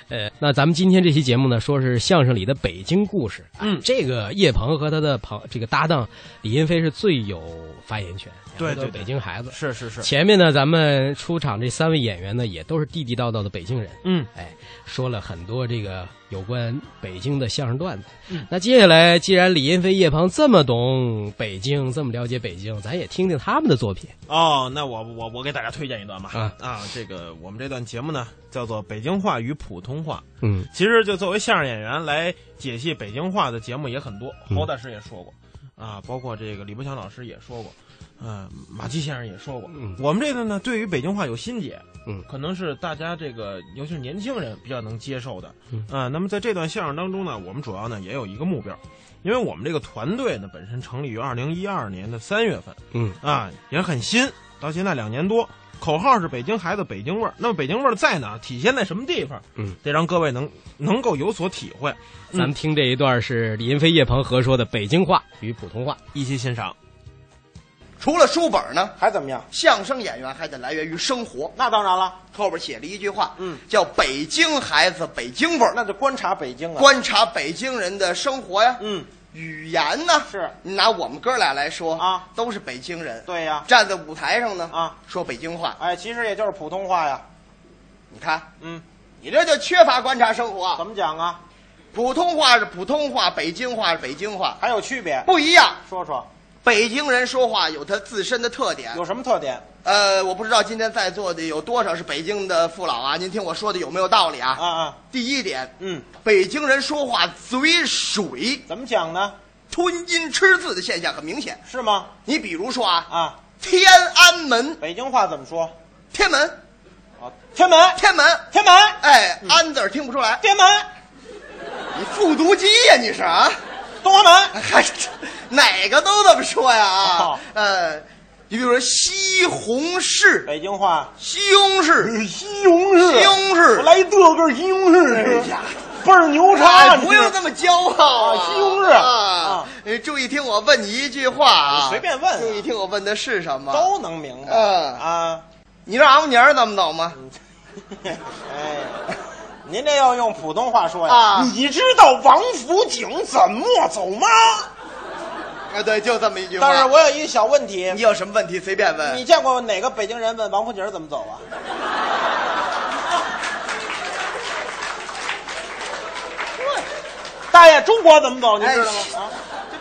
Speaker 9: 呃，那咱们今天这期节目呢，说是相声里的北京故事。哎
Speaker 4: 嗯
Speaker 9: 这个叶鹏和他的朋这个搭档李云飞是最有发言权，
Speaker 4: 对
Speaker 9: 两个都是
Speaker 4: 对对
Speaker 9: 北京孩子。
Speaker 4: 是是是，
Speaker 9: 前面呢，咱们出场这三位演员呢，也都是地地道道的北京人。
Speaker 4: 嗯，
Speaker 9: 哎，说了很多这个有关北京的相声段子。
Speaker 4: 嗯
Speaker 9: 那接下来，既然李云飞、叶鹏这么懂北京，这么了解北京，咱也听听他们的作品。
Speaker 4: 哦，那我我我给大家推荐一段吧。
Speaker 9: 啊
Speaker 4: 这个我们这段节目呢，叫做《北京话与普通话》。
Speaker 9: 嗯
Speaker 4: 其实就作为相声演员来解析北京话的节目也很多，
Speaker 9: 嗯
Speaker 4: 侯大师也说过，啊，包括这个李伯强老师也说过，啊，马季先生也说过。
Speaker 9: 嗯
Speaker 4: 我们这个呢，对于北京话有新解，
Speaker 9: 嗯
Speaker 4: 可能是大家这个，尤其是年轻人比较能接受的，
Speaker 9: 嗯
Speaker 4: 啊。那么在这段相声当中呢，我们主要呢也有一个目标，
Speaker 10: 因为我们这个团队呢本身成立于二零一二年的三月份，
Speaker 3: 嗯
Speaker 10: 啊也很新，到现在两年多。口号是北京孩子北京味儿，那么北京味儿在哪儿？体现在什么地方？
Speaker 3: 嗯，
Speaker 10: 得让各位能能够有所体会，
Speaker 3: 咱们听这一段是李云飞、叶鹏合说的北京话与普通话。
Speaker 10: 一起欣赏。
Speaker 11: 除了书本呢，
Speaker 4: 还怎么样？
Speaker 11: 相声演员还得来源于生活。
Speaker 4: 那当然了，
Speaker 11: 后边写了一句话，
Speaker 4: 嗯，
Speaker 11: 叫“北京孩子北京味儿
Speaker 4: 那就观察北京”，了。
Speaker 11: 观察北京人的生活呀，
Speaker 4: 嗯，
Speaker 11: 语言呢
Speaker 4: 是
Speaker 11: 你拿我们哥俩来说
Speaker 4: 啊，
Speaker 11: 都是北京人，
Speaker 4: 对呀
Speaker 11: 站在舞台上呢
Speaker 4: 啊，
Speaker 11: 说北京话，
Speaker 4: 哎，其实也就是普通话呀。
Speaker 11: 你看
Speaker 4: 嗯，
Speaker 11: 你这就缺乏观察生活啊
Speaker 4: 怎。么讲啊？
Speaker 11: 普通话是普通话，北京话是北京话，
Speaker 4: 还有区别？
Speaker 11: 不一样。
Speaker 4: 说说
Speaker 11: 北京人说话有他自身的特点，
Speaker 4: 有什么特点
Speaker 11: 呃，我不知道今天在座的有多少是北京的父老啊，您听我说的有没有道理啊？
Speaker 4: 啊啊？
Speaker 11: 第一点，
Speaker 4: 嗯，
Speaker 11: 北京人说话嘴水，
Speaker 4: 怎么讲呢？
Speaker 11: 吞音吃字的现象很明显。
Speaker 4: 是吗？
Speaker 11: 你比如说啊，
Speaker 4: 啊，
Speaker 11: 天安门，
Speaker 4: 北京话怎么说？
Speaker 11: 天门，
Speaker 4: 啊，天门，
Speaker 11: 天门，
Speaker 4: 天门，嗯
Speaker 11: 哎，安字儿听不出来，
Speaker 4: 天门，
Speaker 11: 你复读机呀、你是啊？
Speaker 4: 东华门，
Speaker 11: 还是哪个都这么说呀
Speaker 4: 哦
Speaker 11: 啊？呃，你比如说西红柿，
Speaker 4: 北京话。
Speaker 11: 西红柿，
Speaker 4: 西红柿，哎
Speaker 11: 西红柿
Speaker 4: 来这个西红柿，倍儿牛叉！
Speaker 11: 哎
Speaker 4: 你
Speaker 11: 不用这么骄傲
Speaker 4: 啊
Speaker 11: 啊！
Speaker 4: 西红柿
Speaker 11: 啊
Speaker 4: 啊！
Speaker 11: 呃注意听我问你一句话啊，
Speaker 4: 随便问啊
Speaker 11: 注意听我问的是什么？
Speaker 4: 都能明白
Speaker 11: 嗯
Speaker 4: 啊。
Speaker 11: 你让俺们娘儿怎么懂吗？
Speaker 4: 哎，您这要用普通话说呀？
Speaker 11: 啊
Speaker 4: 你知道王府井怎么走吗？
Speaker 11: 啊，对，就这么一句话。
Speaker 4: 但是我有一个小问题
Speaker 11: 你，有什么问题随便
Speaker 4: 你
Speaker 11: 问。
Speaker 4: 见过哪个北京人问王府井怎么走 啊？大爷，中国怎么走？你知道吗？
Speaker 11: 哎
Speaker 4: 啊，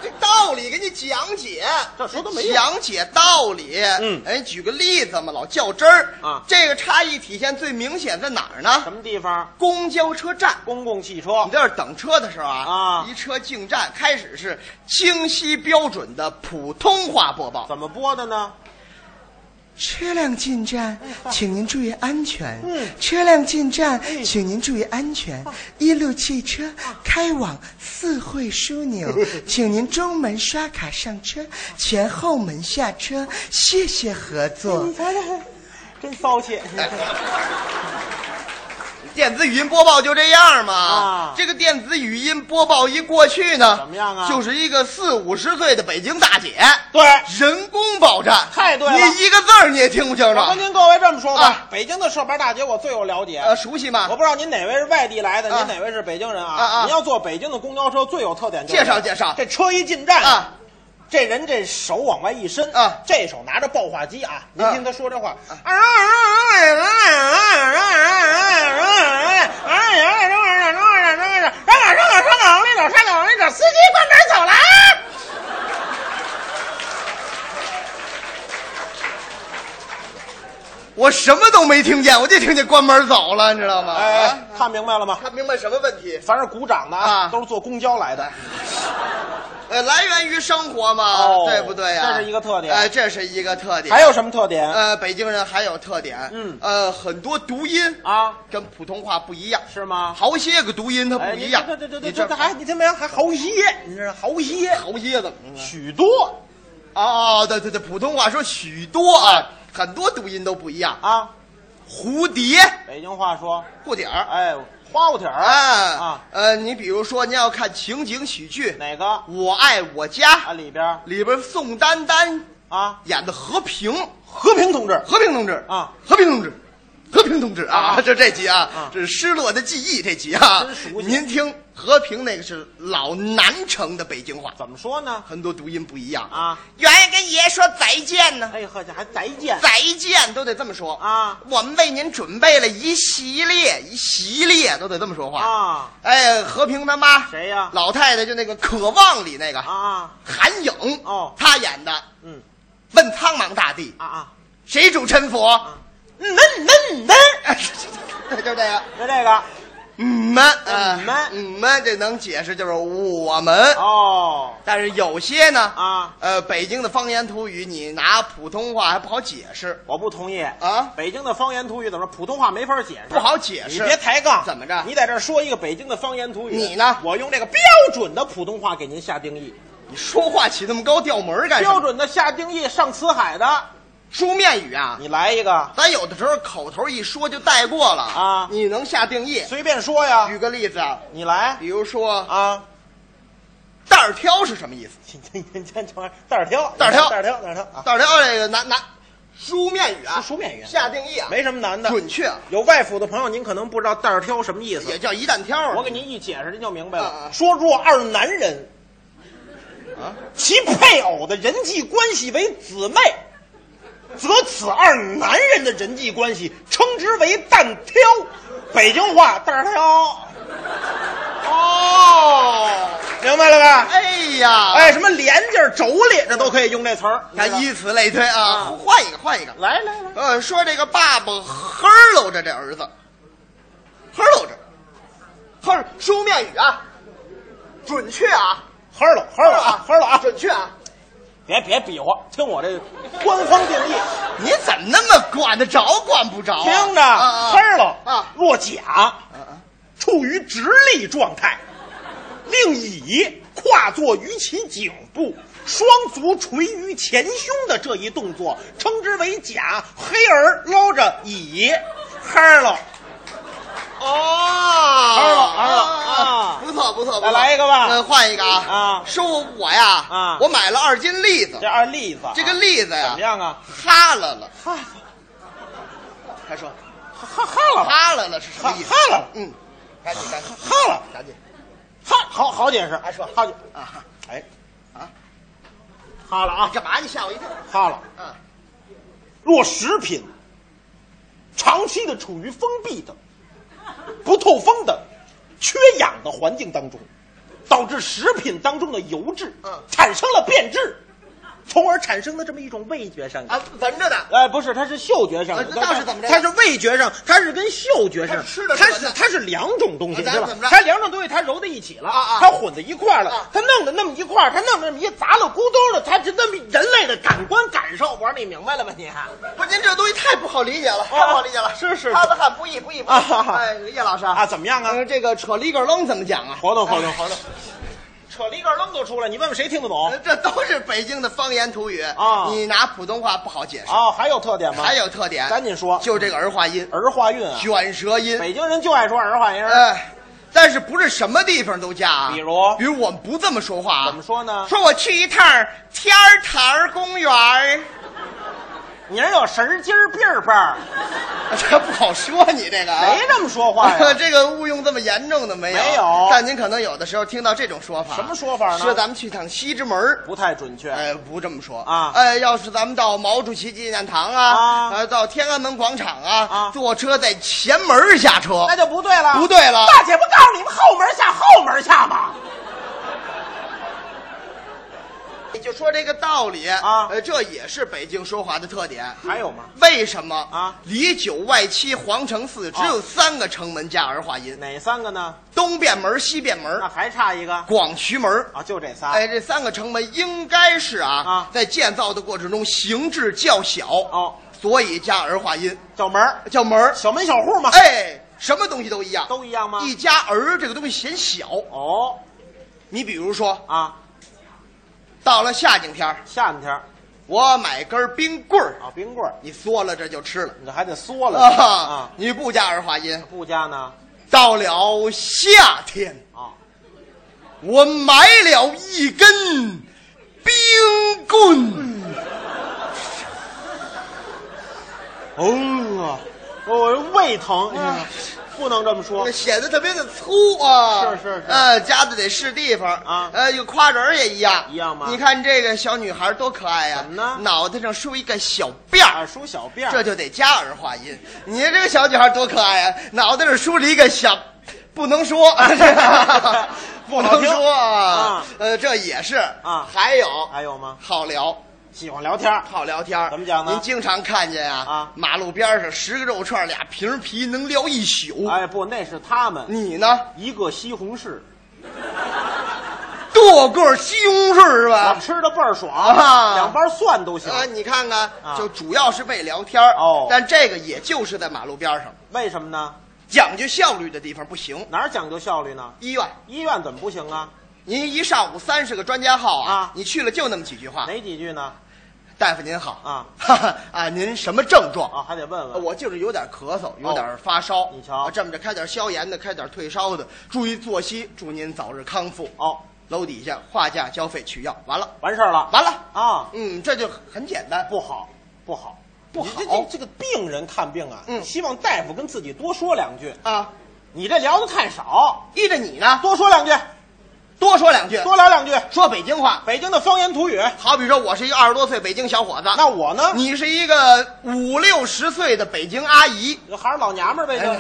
Speaker 11: 这这道理给你讲解，
Speaker 4: 这说的没用
Speaker 11: 讲解道理。
Speaker 4: 嗯
Speaker 11: 哎，举个例子嘛，老较真儿
Speaker 4: 啊
Speaker 11: 这个差异体现最明显在哪儿呢
Speaker 4: 什？么地方？
Speaker 11: 公交车站。
Speaker 4: 公共汽车
Speaker 11: 你在这儿等车的时候啊
Speaker 4: 啊，
Speaker 11: 一车进站，开始是清晰标准的普通话播报。
Speaker 4: 怎么播的呢？
Speaker 11: 车辆进站，请您注意安全。
Speaker 4: 哎嗯哎
Speaker 11: 车辆进站，请您注意安全。一路汽车开往四惠枢 纽，请您中门刷卡上车，前后门下车。谢谢合作
Speaker 4: 你。瞧瞧，真骚气！
Speaker 11: 电子语音播报就这样嘛。
Speaker 4: 啊
Speaker 11: 这个电子语音播报一过去呢，
Speaker 4: 怎么样啊
Speaker 11: 就是一个四五十岁的北京大姐。
Speaker 4: 对，
Speaker 11: 人工报站，
Speaker 4: 太对了
Speaker 11: 你一个字儿你也听不清楚，
Speaker 4: 我跟您各位这么说吧，
Speaker 11: 啊
Speaker 4: 北京的社牌大姐我最有了解。
Speaker 11: 呃，熟悉吗？
Speaker 4: 我不知道您哪位是外地来的，
Speaker 11: 啊
Speaker 4: 您哪位是北京人啊？
Speaker 11: 啊啊
Speaker 4: 您要坐北京的公交车，最有特点就是
Speaker 11: 介绍介绍
Speaker 4: 这车一进站
Speaker 11: 啊，
Speaker 4: 这人这手往外一伸
Speaker 11: 啊
Speaker 4: 这手拿着爆话机啊，您
Speaker 11: 啊
Speaker 4: 听他说这话，
Speaker 11: 我什么都没听见，我就听见关门走了，你知道吗？
Speaker 4: 哎
Speaker 11: 啊，，
Speaker 4: 看明白了吗？
Speaker 11: 看明白什么问题？
Speaker 4: 凡是鼓掌的
Speaker 11: 啊
Speaker 4: 都是坐公交来的。
Speaker 11: 呃，来源于生活嘛，
Speaker 4: 哦
Speaker 11: 对不对呀、
Speaker 4: 这是一个特点
Speaker 11: 哎，这是一个特点。
Speaker 4: 还有什么特点？
Speaker 11: 呃，北京人还有特点，
Speaker 4: 嗯
Speaker 11: 呃，很多读音
Speaker 4: 啊，
Speaker 11: 跟普通话不一样，
Speaker 4: 是吗？
Speaker 11: 好些个读音它
Speaker 4: 哎，
Speaker 11: 不
Speaker 4: 你
Speaker 11: 一样。
Speaker 4: 这这这
Speaker 11: 你
Speaker 4: 这这还你听没有？还好些，你这好些，
Speaker 11: 好些怎么了？
Speaker 4: 许多
Speaker 11: 啊啊，对对对，普通话说许多啊，很多读音都不一样。
Speaker 4: 啊。
Speaker 11: 蝴蝶，
Speaker 4: 北京话说，
Speaker 11: 不点儿，
Speaker 4: 哎，花蝴蝶儿
Speaker 11: 哎
Speaker 4: 啊，
Speaker 11: 呃，你比如说，你要看情景喜剧，
Speaker 4: 哪个啊？
Speaker 11: 我爱我家》
Speaker 4: 里边儿
Speaker 11: 里边宋丹丹
Speaker 4: 啊，
Speaker 11: 演的和平，
Speaker 4: 和平同志
Speaker 11: 和平同志
Speaker 4: 啊，
Speaker 11: 和平同志，和平同志啊， 这这集啊
Speaker 4: 啊，
Speaker 11: 这是失落的记忆这集啊
Speaker 4: 真熟，悉
Speaker 11: 您听和平那个是老南城的北京话，
Speaker 4: 怎么说呢？
Speaker 11: 很多读音不一样。
Speaker 4: 啊，
Speaker 11: 圆圆跟爷说再见呢，
Speaker 4: 哎呵，这还再见
Speaker 11: 再见都得这么说
Speaker 4: 啊
Speaker 11: 我们为您准备了一系列一系列都得这么说话。
Speaker 4: 啊
Speaker 11: 哎，和平他妈
Speaker 4: 谁呀
Speaker 11: 老太太就那个《渴望》里那个
Speaker 4: 啊，
Speaker 11: 韩影
Speaker 4: 哦
Speaker 11: 她演的。
Speaker 4: 嗯
Speaker 11: 问苍茫大地，
Speaker 4: 啊啊，
Speaker 11: 谁主沉浮？
Speaker 4: 嗯嗯嗯嗯，
Speaker 11: 就这个。
Speaker 4: 就这个嗯
Speaker 11: 们，呃
Speaker 4: 你们
Speaker 11: 你们这能解释就是我们。
Speaker 4: 哦，
Speaker 11: 但是有些呢，
Speaker 4: 啊
Speaker 11: 呃，北京的方言土语，你拿普通话还不好解释，
Speaker 4: 我不同意
Speaker 11: 啊
Speaker 4: 北京的方言土语怎么说？普通话没法解释，
Speaker 11: 不好解
Speaker 4: 你
Speaker 11: 释。
Speaker 4: 别抬杠，
Speaker 11: 怎么着？
Speaker 4: 你在这儿说一个北京的方言土语，
Speaker 11: 你呢
Speaker 4: 我用这个标准的普通话给您下定义，
Speaker 11: 你说话起那么高调门儿干什么？
Speaker 4: 标准的下定义上辞海的，
Speaker 11: 书面语啊，
Speaker 4: 你来一个，
Speaker 11: 咱有的时候口头一说就带过了
Speaker 4: 啊
Speaker 11: 你能下定义？
Speaker 4: 随便说呀
Speaker 11: 举，个例子啊，
Speaker 4: 你来
Speaker 11: 比如说
Speaker 4: 啊，
Speaker 11: 袋儿挑是什么意思？
Speaker 4: 你你你这这玩意儿袋儿挑，
Speaker 11: 袋儿挑
Speaker 4: 袋儿挑，袋儿挑啊，
Speaker 11: 袋儿挑这个拿拿书面语啊，
Speaker 4: 书面语
Speaker 11: 下定义啊，
Speaker 4: 没什么难的，
Speaker 11: 准确啊，
Speaker 4: 有外府的朋友，您可能不知道袋儿挑什么意思
Speaker 11: 也，叫一蛋挑啊。
Speaker 4: 我给您一解释，您就明白了。
Speaker 11: 啊啊
Speaker 4: 说若二男人，啊，其配偶的人际关系为姊妹，则此二男人的人际关系称之为“蛋挑”，北京话“蛋挑”。哦，明白了吧？
Speaker 11: 哎呀，
Speaker 4: 哎，什么连襟儿、妯娌，这都可以用这词儿。你知道
Speaker 11: 看
Speaker 4: 吧
Speaker 11: 依此类推啊，换一个，换一个。
Speaker 4: 来来来，
Speaker 11: 呃，说这个爸爸呵喽着这儿子，呵喽着，呵儿书面语啊，准确啊，
Speaker 4: 呵了呵了啊，呵了啊！
Speaker 11: 准确啊。
Speaker 4: 别别比划，听我这官方定义，
Speaker 11: 你怎么那么管得着管不着啊、
Speaker 4: 听着，
Speaker 11: 啊啊
Speaker 4: 呲儿了
Speaker 11: 啊！
Speaker 4: 落甲，处于直立状态，令乙跨坐于其颈部，双足垂于前胸的这一动作，称之为甲。黑儿捞着乙，黑儿了，
Speaker 11: 哦，
Speaker 4: 二了二了啊
Speaker 11: 不错不错，不
Speaker 4: 再
Speaker 11: 错
Speaker 4: 来一个吧
Speaker 11: 呃，换一个啊
Speaker 4: 啊
Speaker 11: 说我呀
Speaker 4: 啊
Speaker 11: 我买了二斤栗子
Speaker 4: 这，二栗子，
Speaker 11: 这个栗子
Speaker 4: 啊怎
Speaker 11: 呀
Speaker 4: 么样啊？
Speaker 11: 哈喇了，
Speaker 4: 哈
Speaker 11: 他说
Speaker 4: 哈哈了吧，
Speaker 11: 哈喇了是什
Speaker 4: 哈
Speaker 11: 么意思
Speaker 4: 哈？了，
Speaker 11: 嗯，赶紧赶紧
Speaker 4: 哈了，
Speaker 11: 赶紧
Speaker 4: 哈好好解释，哎说哈解，
Speaker 11: 啊！
Speaker 4: 哎
Speaker 11: 啊，
Speaker 4: 哈了啊，
Speaker 11: 干嘛？你吓我一跳
Speaker 4: 哈了。
Speaker 11: 啊！
Speaker 4: 若食品长期的处于封闭的、不透风的、缺氧的环境当中，导致食品当中的油脂
Speaker 11: 嗯
Speaker 4: 产生了变质，从而产生了这么一种味觉上瘾。
Speaker 11: 啊，闻着呢，
Speaker 4: 哎，不是，它是嗅觉上瘾
Speaker 11: 啊，那是怎么着
Speaker 4: 它是味觉上，它是跟嗅觉上
Speaker 11: 它，吃的是
Speaker 4: 它
Speaker 11: 闻
Speaker 4: 是
Speaker 11: 的
Speaker 4: 它是两种东西，
Speaker 11: 啊咱
Speaker 4: 对吧
Speaker 11: 怎么着？
Speaker 4: 它两种东西它揉在一起了，
Speaker 11: 啊啊
Speaker 4: 它混在一块儿了
Speaker 11: 啊，
Speaker 4: 它弄的那么一块儿，它弄的那么一杂了咕嘟的，它就那么人类的感官感受，我说你明白了吗？你
Speaker 11: 不是您这东西太不好理解了，太不好理解了，
Speaker 4: 啊是是
Speaker 11: 哈巴汗不易不易不易
Speaker 4: 啊哈哈
Speaker 11: 哎，叶老师
Speaker 4: 啊，怎么样啊？
Speaker 11: 呃，这个扯里个楞怎么讲啊？
Speaker 4: 活动活动
Speaker 11: 哎
Speaker 4: 活动，扯了一个愣都出来，你问问谁听得懂
Speaker 11: 呃？这都是北京的方言土语
Speaker 4: 啊
Speaker 11: 你拿普通话不好解释。
Speaker 4: 啊，还有特点吗？
Speaker 11: 还有特点，
Speaker 4: 赶紧说
Speaker 11: 就这个儿化音、
Speaker 4: 儿化韵啊，
Speaker 11: 卷舌音，
Speaker 4: 北京人就爱说儿化音儿。
Speaker 11: 哎，但是不是什么地方都加啊？
Speaker 4: 比如
Speaker 11: 比如我们不这么说话啊，
Speaker 4: 怎么说呢
Speaker 11: 说我去一趟天儿坛儿公园儿，
Speaker 4: 你这有神儿筋儿、病儿辈
Speaker 11: 啊
Speaker 4: 儿，
Speaker 11: 这不好说你这个啊。
Speaker 4: 谁这么说话呀？
Speaker 11: 这个误用这么严重的没有？
Speaker 4: 没有
Speaker 11: 但您可能有的时候听到这种说法，
Speaker 4: 什么说法呢
Speaker 11: 说咱们去趟西直门儿。
Speaker 4: 不太准确。
Speaker 11: 哎，不这么说
Speaker 4: 啊
Speaker 11: 哎，要是咱们到毛主席纪念堂啊，
Speaker 4: 啊
Speaker 11: 呃，到天安门广场啊，
Speaker 4: 啊
Speaker 11: 坐车在前门儿下车，
Speaker 4: 那就不对了，
Speaker 11: 不对了
Speaker 4: 大姐不告诉你们后门下，后门下吗？
Speaker 11: 你就说这个道理
Speaker 4: 啊
Speaker 11: 呃，这也是北京说话的特点。
Speaker 4: 还有吗？
Speaker 11: 为什么
Speaker 4: 啊哦
Speaker 11: 里九外七皇城四只有三个城门加儿化音，
Speaker 4: 哪三个呢？
Speaker 11: 东便门、西便门、
Speaker 4: 那还差一个啊，
Speaker 11: 广渠门。
Speaker 4: 就这仨。
Speaker 11: 哎，这三个城门应该是啊，
Speaker 4: 啊
Speaker 11: 在建造的过程中形制较小，
Speaker 4: 哦，
Speaker 11: 所以加儿化音
Speaker 4: 小门儿，
Speaker 11: 叫门儿。
Speaker 4: 小门小户嘛，
Speaker 11: 哎，什么东西都一样，
Speaker 4: 都一样吗？
Speaker 11: 一加儿这个东西显小。
Speaker 4: 哦
Speaker 11: 你比如说，
Speaker 4: 啊，
Speaker 11: 到了夏景天儿
Speaker 4: 夏天儿
Speaker 11: 我买根冰棍儿，
Speaker 4: 啊，冰棍儿，
Speaker 11: 你嗦了这就吃了。
Speaker 4: 你这还得缩了
Speaker 11: 啊
Speaker 4: 啊，。
Speaker 11: 你不加儿化音，
Speaker 4: 不加呢？
Speaker 11: 到了夏天，
Speaker 4: 啊，
Speaker 11: 我买了一根冰棍。
Speaker 4: 嗯哦啊，我胃疼，
Speaker 11: 哎
Speaker 4: 哎不能这么说
Speaker 11: 那。显得特别的粗啊，
Speaker 4: 是是是
Speaker 11: 呃，夹的得是地方
Speaker 4: 啊
Speaker 11: 呃，有夸人儿也一样，
Speaker 4: 一样吗
Speaker 11: 你看这个小女孩多可爱呀、
Speaker 4: 怎么呢
Speaker 11: 脑袋上梳一个小辫
Speaker 4: 啊，
Speaker 11: 儿，
Speaker 4: 梳小辫儿，
Speaker 11: 这就得加儿化音。你这个小女孩多可爱呀、脑袋上梳了一个小，不 能说，不能说
Speaker 4: 啊
Speaker 11: 呃，这也是
Speaker 4: 啊
Speaker 11: 还有
Speaker 4: 还有吗？
Speaker 11: 好聊，
Speaker 4: 喜欢聊天儿，
Speaker 11: 好聊天儿
Speaker 4: 怎么讲呢
Speaker 11: 您经常看见啊，
Speaker 4: 啊
Speaker 11: 马路边上十个肉串，俩瓶啤，能聊一宿。
Speaker 4: 哎，不，那是他们
Speaker 11: 你呢？
Speaker 4: 一个西红柿，
Speaker 11: 剁个西红柿是
Speaker 4: 我
Speaker 11: 吧？
Speaker 4: 吃的倍儿爽，
Speaker 11: 啊
Speaker 4: 两瓣蒜都行。
Speaker 11: 啊，你看看，
Speaker 4: 啊
Speaker 11: 就主要是为聊天儿
Speaker 4: 哦
Speaker 11: 但这个也就是在马路边上，
Speaker 4: 为什么呢？
Speaker 11: 讲究效率的地方不行。
Speaker 4: 哪儿讲究效率呢？
Speaker 11: 医院，
Speaker 4: 医院怎么不行啊？
Speaker 11: 您一上午三十个专家号啊，
Speaker 4: 啊
Speaker 11: 你去了就那么几句话。
Speaker 4: 哪几句呢？
Speaker 11: 大夫您好
Speaker 4: 啊，
Speaker 11: 哈哈啊，您什么症状？呃
Speaker 4: 啊，还得问问。
Speaker 11: 我就是有点咳嗽，有点发烧。
Speaker 4: 你瞧
Speaker 11: 啊这么着开点消炎的，开点退烧的，注意作息，祝您早日康复。
Speaker 4: 哦，
Speaker 11: 楼底下话价交费取药，完了，
Speaker 4: 完事儿了。
Speaker 11: 完了。
Speaker 4: 啊，
Speaker 11: 嗯，这就很简单。
Speaker 4: 不好，不好，
Speaker 11: 不好
Speaker 4: 你这这这个病人看病啊，
Speaker 11: 嗯
Speaker 4: 希望大夫跟自己多说两句。
Speaker 11: 啊，
Speaker 4: 你这聊的太少，
Speaker 11: 依着你呢，
Speaker 4: 多说两句，
Speaker 11: 多说两句，
Speaker 4: 多聊两句。
Speaker 11: 说北京话。
Speaker 4: 北京的方言土语，
Speaker 11: 好比说，我是一个二十多岁北京小伙子，
Speaker 4: 那我呢？
Speaker 11: 你是一个五六十岁的北京阿姨。
Speaker 4: 还是老娘们儿呗，
Speaker 11: 哎
Speaker 4: 这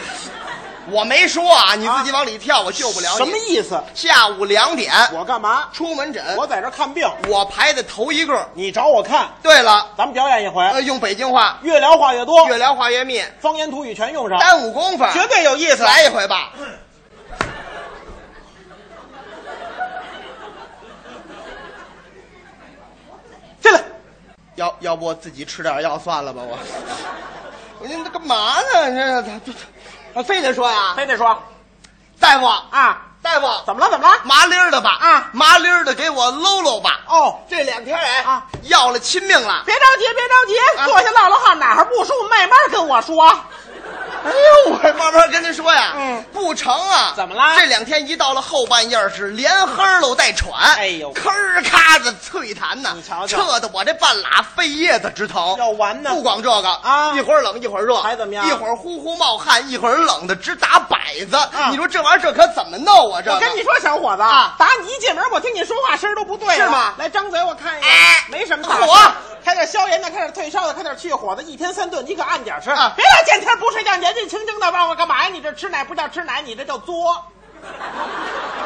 Speaker 11: 我没说啊，你
Speaker 4: 啊
Speaker 11: 自己往里跳，我救不了你。
Speaker 4: 什么意思？
Speaker 11: 下午两点，
Speaker 4: 我干嘛？
Speaker 11: 出门诊，
Speaker 4: 我在这儿看病，
Speaker 11: 我排的头一个。
Speaker 4: 你找我看，
Speaker 11: 对了，
Speaker 4: 咱们表演一回，
Speaker 11: 呃，用北京话，
Speaker 4: 越聊话越多，
Speaker 11: 越聊话越密，
Speaker 4: 方言土语全用上，
Speaker 11: 耽误功夫，
Speaker 4: 绝对有意思。
Speaker 11: 来一回吧。
Speaker 4: 进来，
Speaker 11: 要要不我自己吃点药算了吧？ 我，我您这干嘛呢？这他这他非得说呀？
Speaker 4: 非得说
Speaker 11: 大夫啊，
Speaker 4: 啊，
Speaker 11: 大夫，
Speaker 4: 怎么了？怎么了？
Speaker 11: 麻利儿的吧？
Speaker 4: 啊
Speaker 11: 麻利儿的给我搂搂吧。
Speaker 4: 哦，
Speaker 11: 这两天哎
Speaker 4: 啊，
Speaker 11: 要了亲命了。
Speaker 4: 别着急，别着急，
Speaker 11: 啊
Speaker 4: 坐下唠唠话，哪儿不舒服慢慢跟我说。
Speaker 11: 哎呦，我慢慢跟他说呀，
Speaker 4: 嗯，
Speaker 11: 不成啊，
Speaker 4: 怎么啦
Speaker 11: 这两天一到了后半夜是连哼喽带喘，
Speaker 4: 哎呦
Speaker 11: 吭儿咔的脆痰呐，
Speaker 4: 你瞧瞧
Speaker 11: 撤的我这半拉肺叶子直疼，
Speaker 4: 要完呢
Speaker 11: 不光这个
Speaker 4: 啊
Speaker 11: 一会儿冷一会儿热，
Speaker 4: 还怎么样
Speaker 11: 一会儿呼呼冒汗，一会儿冷的直打摆子，
Speaker 4: 啊
Speaker 11: 你说这玩意儿这可怎么弄啊？这个
Speaker 4: 我跟你说，小伙子，
Speaker 11: 啊
Speaker 4: 打你一进门，我听你说话声儿都不对了
Speaker 11: 是吗
Speaker 4: 来张嘴，我看一眼，
Speaker 11: 哎
Speaker 4: 没什么大
Speaker 11: 火
Speaker 4: 事儿开点消炎的，开点退烧的，开点去火的，一天三顿你可按点儿吃，
Speaker 11: 啊
Speaker 4: 别老见天不睡觉，年纪轻轻的问我干嘛呀？你这吃奶不叫吃奶，你这叫作，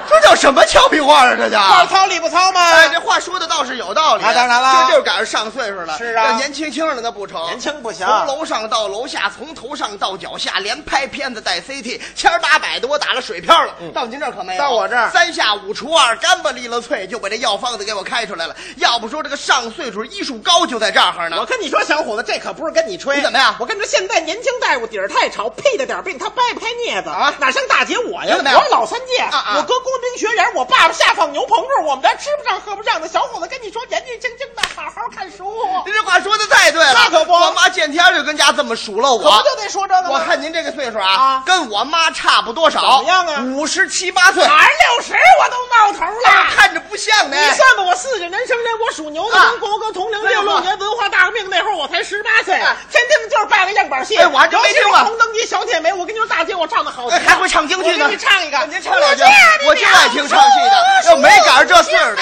Speaker 11: 这叫什么俏皮话啊？这叫
Speaker 4: 话糙理不糙嘛。
Speaker 11: 哎，这话说的倒是有道理。
Speaker 4: 那当然了
Speaker 11: 这就是赶上上岁数了。
Speaker 4: 是啊
Speaker 11: 这年轻轻的那不成，
Speaker 4: 年轻不行
Speaker 11: 从楼上到楼下，从头上到脚下，连拍片子带 CT，千儿八百的我打了水漂了。到您这儿可没有，
Speaker 4: 嗯到我这儿
Speaker 11: 三下五除二，干巴利了脆就把这药方子给我开出来了。要不说这个上岁数医术高就在这儿呢
Speaker 4: 我。跟你说，小伙子，这可不是跟你吹。
Speaker 11: 你怎么样
Speaker 4: 我跟你说，现在年轻大夫底儿太潮，屁的点儿病他掰不开镊子
Speaker 11: 啊
Speaker 4: 哪像大姐我
Speaker 11: 你
Speaker 4: 呀？
Speaker 11: 怎么样
Speaker 4: 我老三届，
Speaker 11: 啊啊
Speaker 4: 我哥工兵学员，我爸爸下放牛棚住，我们家吃不上喝不上的。小伙子，跟你说，年纪轻轻的，好好看书，
Speaker 11: 您这话说的太对了，
Speaker 4: 那可不
Speaker 11: 我妈见天儿就跟家这么数落我，
Speaker 4: 可不就得说这个吗？
Speaker 11: 我看您这个岁数啊，
Speaker 4: 啊
Speaker 11: 跟我妈差不多少，
Speaker 4: 怎么样啊
Speaker 11: 五十七八岁，
Speaker 4: 哪儿六十我都冒头了。
Speaker 11: 看着不像呢。
Speaker 4: 你算吧，我四九年生人，我属牛的，
Speaker 11: 啊
Speaker 4: 跟国哥同龄，
Speaker 11: 没
Speaker 4: 六
Speaker 11: 错
Speaker 4: 六年文化大革命那会儿我才十八岁，
Speaker 11: 啊
Speaker 4: 天天就是拜个样板戏。
Speaker 11: 哎我还真没
Speaker 4: 尤其是
Speaker 11: 听过
Speaker 4: 红灯记小铁梅，我跟你说，大姐我唱的好极
Speaker 11: 哎
Speaker 4: 了，
Speaker 11: 还会唱京剧呢
Speaker 4: 我给你啊唱一个，
Speaker 11: 您唱两句
Speaker 4: 这，
Speaker 11: 我就爱听唱戏的。要没赶上这岁数的，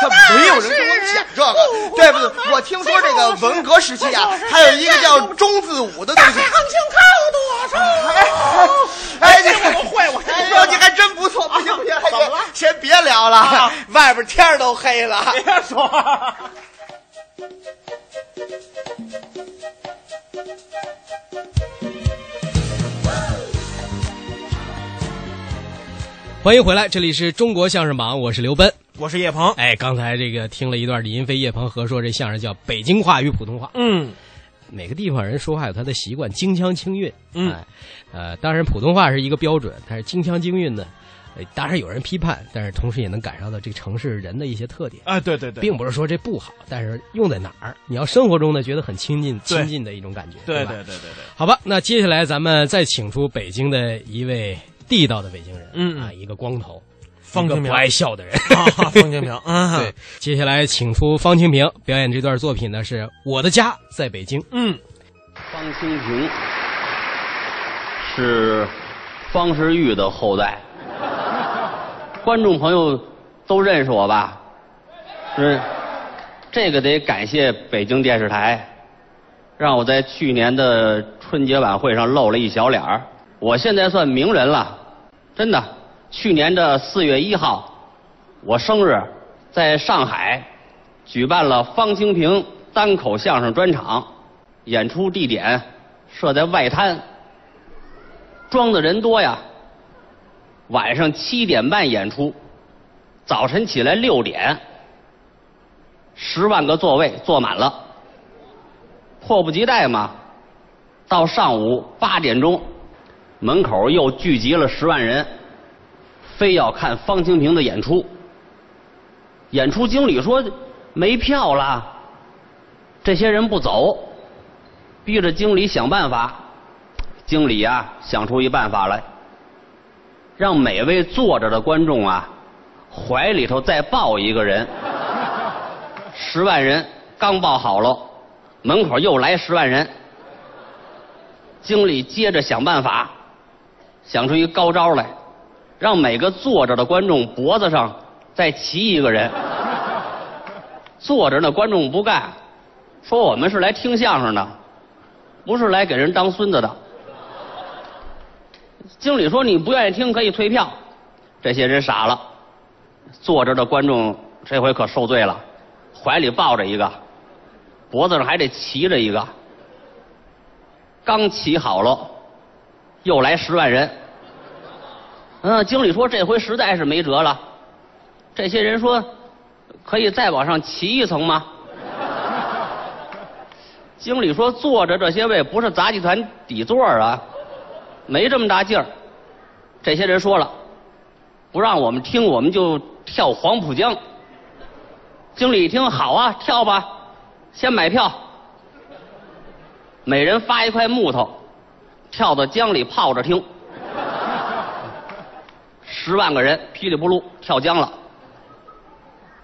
Speaker 11: 他没有人跟我讲这个，对不对？我听说这个文革时期啊，还有一个叫中字舞的东
Speaker 4: 大
Speaker 11: 西
Speaker 4: 海。横行靠多少？
Speaker 11: 哎哎，你
Speaker 4: 这我会，我
Speaker 11: 哎呦，你还真不错，不行不行，
Speaker 8: 啊
Speaker 4: 怎么了
Speaker 11: 先别聊了
Speaker 4: 啊，
Speaker 11: 外边天儿都黑了。
Speaker 4: 别说。
Speaker 3: 欢迎回来，这里是中国相声榜，我是刘奔。
Speaker 12: 我是叶鹏，
Speaker 3: 哎，刚才这个听了一段李云飞、叶鹏合说这相声叫《北京话与普通话》。
Speaker 12: 嗯，
Speaker 3: 每个地方人说话有他的习惯，京腔京韵。
Speaker 12: 嗯
Speaker 3: 哎，呃，当然普通话是一个标准，但是京腔京韵呢，呃当然有人批判，但是同时也能感受到这个城市人的一些特点，
Speaker 12: 哎，对对对，
Speaker 3: 并不是说这不好，但是用在哪儿，你要生活中呢觉得很亲近，
Speaker 12: 对
Speaker 3: 亲近的一种感觉，
Speaker 12: 对
Speaker 3: 吧
Speaker 12: 对对对对，
Speaker 3: 好吧，那接下来咱们再请出北京的一位地道的北京人，
Speaker 12: 嗯嗯
Speaker 3: 啊，一个光头，
Speaker 12: 方
Speaker 3: 一个
Speaker 12: 清
Speaker 3: 不
Speaker 12: 平
Speaker 3: 爱笑的人。
Speaker 12: 啊，方清平， 嗯，
Speaker 3: 对，，接下来请出方清平表演这段作品呢是《我的家在北京》。
Speaker 12: 嗯，
Speaker 8: 方清平是方世玉的后代，观众朋友都认识我吧？是，这个得感谢北京电视台，让我在去年的春节晚会上露了一小脸儿。我现在算名人了，真的。去年的四月一号，我生日，在上海
Speaker 3: 举办了方清平单口相声专场，演出地点设在外滩，装的人多呀。晚上七点半演出，早晨起来六点，十万个座位坐满了，迫不及待嘛。到上午八点钟，门口又聚集了十万人，非要看方清平的演出。演出经理说没票啦，这些人不走，逼着经理想办法。经理啊，想出一办法来，让每位坐着的观众啊，怀里头再抱一个人。十万人刚抱好喽，门口又来十万人。经理接着想办法，想出一高招来，让每个坐着的观众脖子上再骑一个人。坐着那观众不干，说我们是来听相声的，不是来给人当孙子的。经理说你不愿意听可以退票，这些人傻了，坐着的观众这回可受罪了，怀里抱着一个，脖子上还得骑着一个。刚起好了，又来十万人。嗯，经理说这回实在是没辙了。这些人说，可以再往上骑一层吗？经理说坐着这些位不是杂技团底座啊，没这么大劲儿。这些人说了，不让我们听，我们就跳黄浦江。经理一听，好啊，跳吧，先买票。每人发一块木头，跳到江里泡着听。十万个人噼里咕噜跳江了，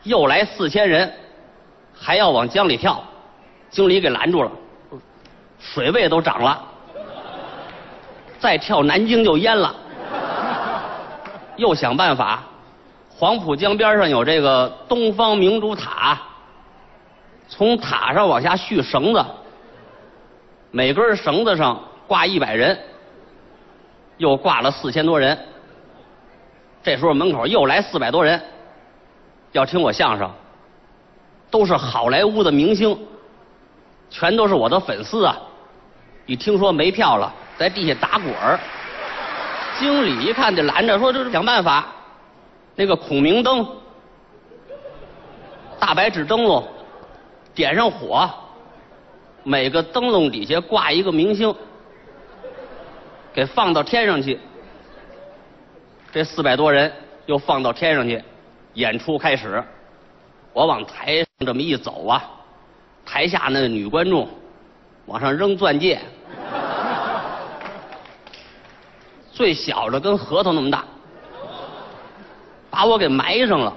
Speaker 3: 又来四千人，还要往江里跳，经理给拦住了，水位都涨了，再跳南京就淹了。又想办法，黄浦江边上有这个东方明珠塔，从塔上往下续绳子。每根绳子上挂一百人，又挂了四千多人。这时候门口又来四百多人，要听我相声，都是好莱坞的明星，全都是我的粉丝啊！一听说没票了，在地下打滚儿。经理一看就拦着，说：“这想办法，那个孔明灯，大白纸灯笼，点上火。”每个灯笼底下挂一个明星，给放到天上去。这四百多人又放到天上去，演出开始。我往台上这么一走啊，台下那个女观众往上扔钻戒，最小的跟核桃那么大，把我给埋上了。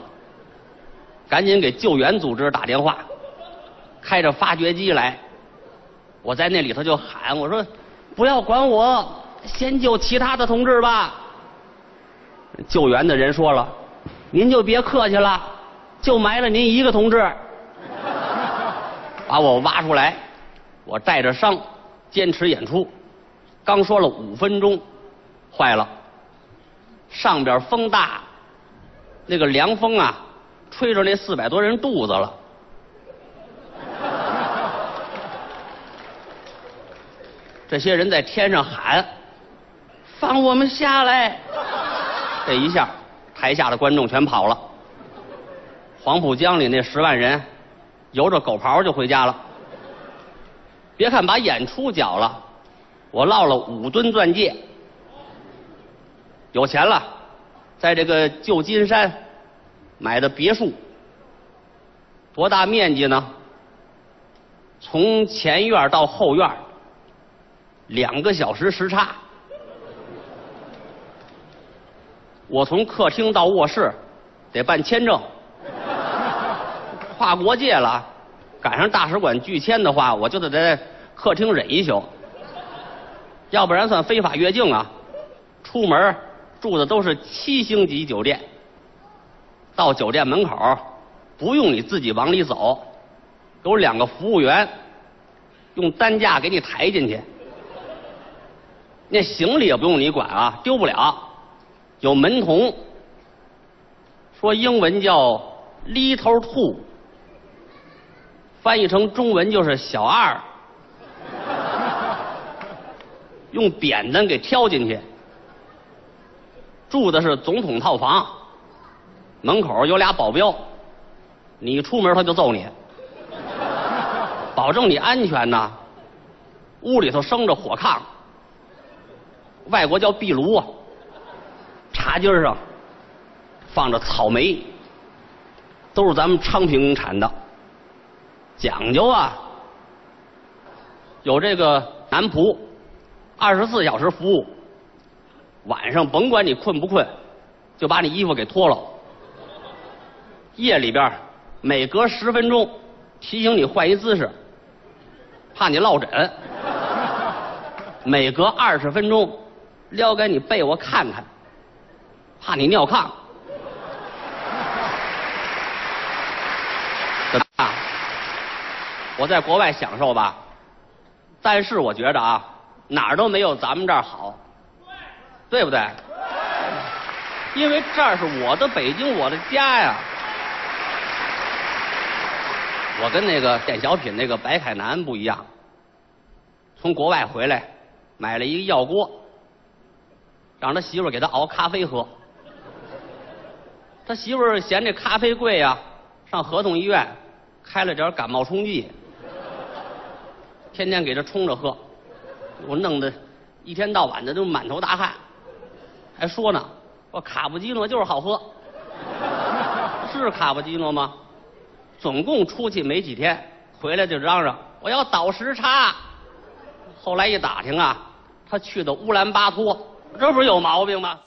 Speaker 3: 赶紧给救援组织打电话，开着发掘机来。我在那里头就喊我说：“不要管我，先救其他的同志吧。”救援的人说了：“您就别客气了，就埋了您一个同志。”把我挖出来，我带着伤，坚持演出。刚说了五分钟，坏了，上边风大，那个凉风啊，吹着那四百多人肚子了。这些人在天上喊：“放我们下来！”这一下，台下的观众全跑了。黄浦江里那十万人，游着狗刨就回家了。别看把演出缴了，我落了五吨钻戒。有钱了，在这个旧金山买的别墅，多大面积呢？从前院到后院。两个小时时差，我从客厅到卧室得办签证，跨国界了，赶上大使馆拒签的话，我就得在客厅忍一宿，要不然算非法越境啊！出门住的都是七星级酒店，到酒店门口不用你自己往里走，有两个服务员用担架给你抬进去。那行李也不用你管啊，丢不了。有门童，说英文叫 “little two”，翻译成中文就是小二，用扁担给挑进去，住的是总统套房，门口有俩保镖，你出门他就揍你，保证你安全呐。屋里头生着火炕，外国叫壁炉啊，茶几儿上放着草莓，都是咱们昌平产的，讲究啊。有这个男仆，二十四小时服务，晚上甭管你困不困，就把你衣服给脱了。夜里边儿每隔十分钟提醒你换一姿势，怕你落枕。每隔二十分钟撩开你被窝看看，怕你尿炕。 怎么样？我在国外享受吧，但是我觉得啊，哪儿都没有咱们这儿好，对不对？因为这儿是我的北京，我的家呀。我跟那个演小品那个白凯南不一样，从国外回来买了一个药锅，让他媳妇儿给他熬咖啡喝。他媳妇儿嫌这咖啡贵呀、上合同医院开了点感冒冲剂，天天给他冲着喝，我弄得一天到晚的都满头大汗，还说呢，我卡布基诺就是好喝， 是卡布基诺吗？总共出去没几天，回来就嚷嚷我要倒时差。后来一打听啊，他去的乌兰巴托，这不是有毛病吗？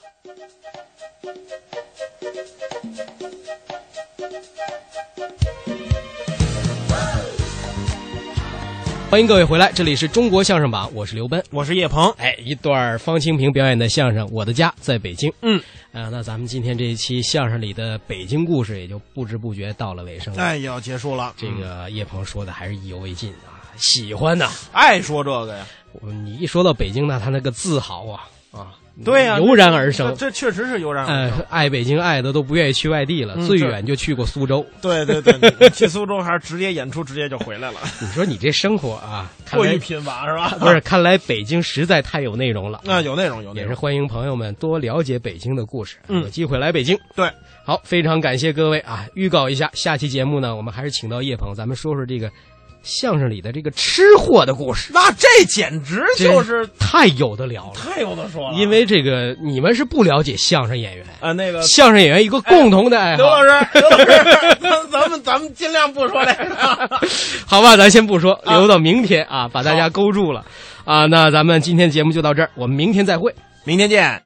Speaker 8: 欢迎各位回来，这里是中国相声榜，我是刘奔，
Speaker 4: 我是叶鹏。
Speaker 8: 哎，一段方清平表演的相声《我的家在北京》。
Speaker 4: 嗯，
Speaker 8: 啊，那咱们今天这一期相声里的北京故事也就不知不觉到了尾声了。
Speaker 4: 哎，要结束了，
Speaker 8: 这个叶鹏说的还是意犹未尽啊，喜欢呐、
Speaker 4: 爱说这个呀。
Speaker 8: 我你一说到北京，那他那个自豪啊啊，
Speaker 4: 对呀、
Speaker 8: 油然而生
Speaker 4: 这。这确实是油然而
Speaker 8: 呃
Speaker 4: 生。，
Speaker 8: 爱北京爱的都不愿意去外地了，
Speaker 4: 嗯
Speaker 8: 最
Speaker 4: 这
Speaker 8: 远就去过苏州。
Speaker 4: 对对对，你去苏州还是直接演出，直接就回来了，
Speaker 8: 你说你这生活啊，看
Speaker 4: 过
Speaker 8: 来
Speaker 4: 于贫乏是吧？
Speaker 8: 不是，看来北京实在太有内容了。
Speaker 4: 那啊有内容有内
Speaker 8: 也
Speaker 4: 容
Speaker 8: 是。欢迎朋友们多了解北京的故事，
Speaker 4: 嗯
Speaker 8: 有机会来北京。
Speaker 4: 对，
Speaker 8: 好，非常感谢各位啊！预告一下，下期节目呢，我们还是请到叶鹏，咱们说说这个相声里的这个吃货的故事，
Speaker 4: 那这简直就是
Speaker 8: 这太有的聊了。
Speaker 4: 太有的说了。
Speaker 8: 因为这个你们是不了解相声演员，哎
Speaker 4: 啊，那个
Speaker 8: 相声演员一个共同的爱
Speaker 4: 刘
Speaker 8: 好
Speaker 4: 老，师， 刘老师，咱咱们咱们尽量不说这个。
Speaker 8: 好吧，咱先不说，留到明天啊，把大家勾住了啊。那咱们今天节目就到这儿，我们明天再会。
Speaker 4: 明天见。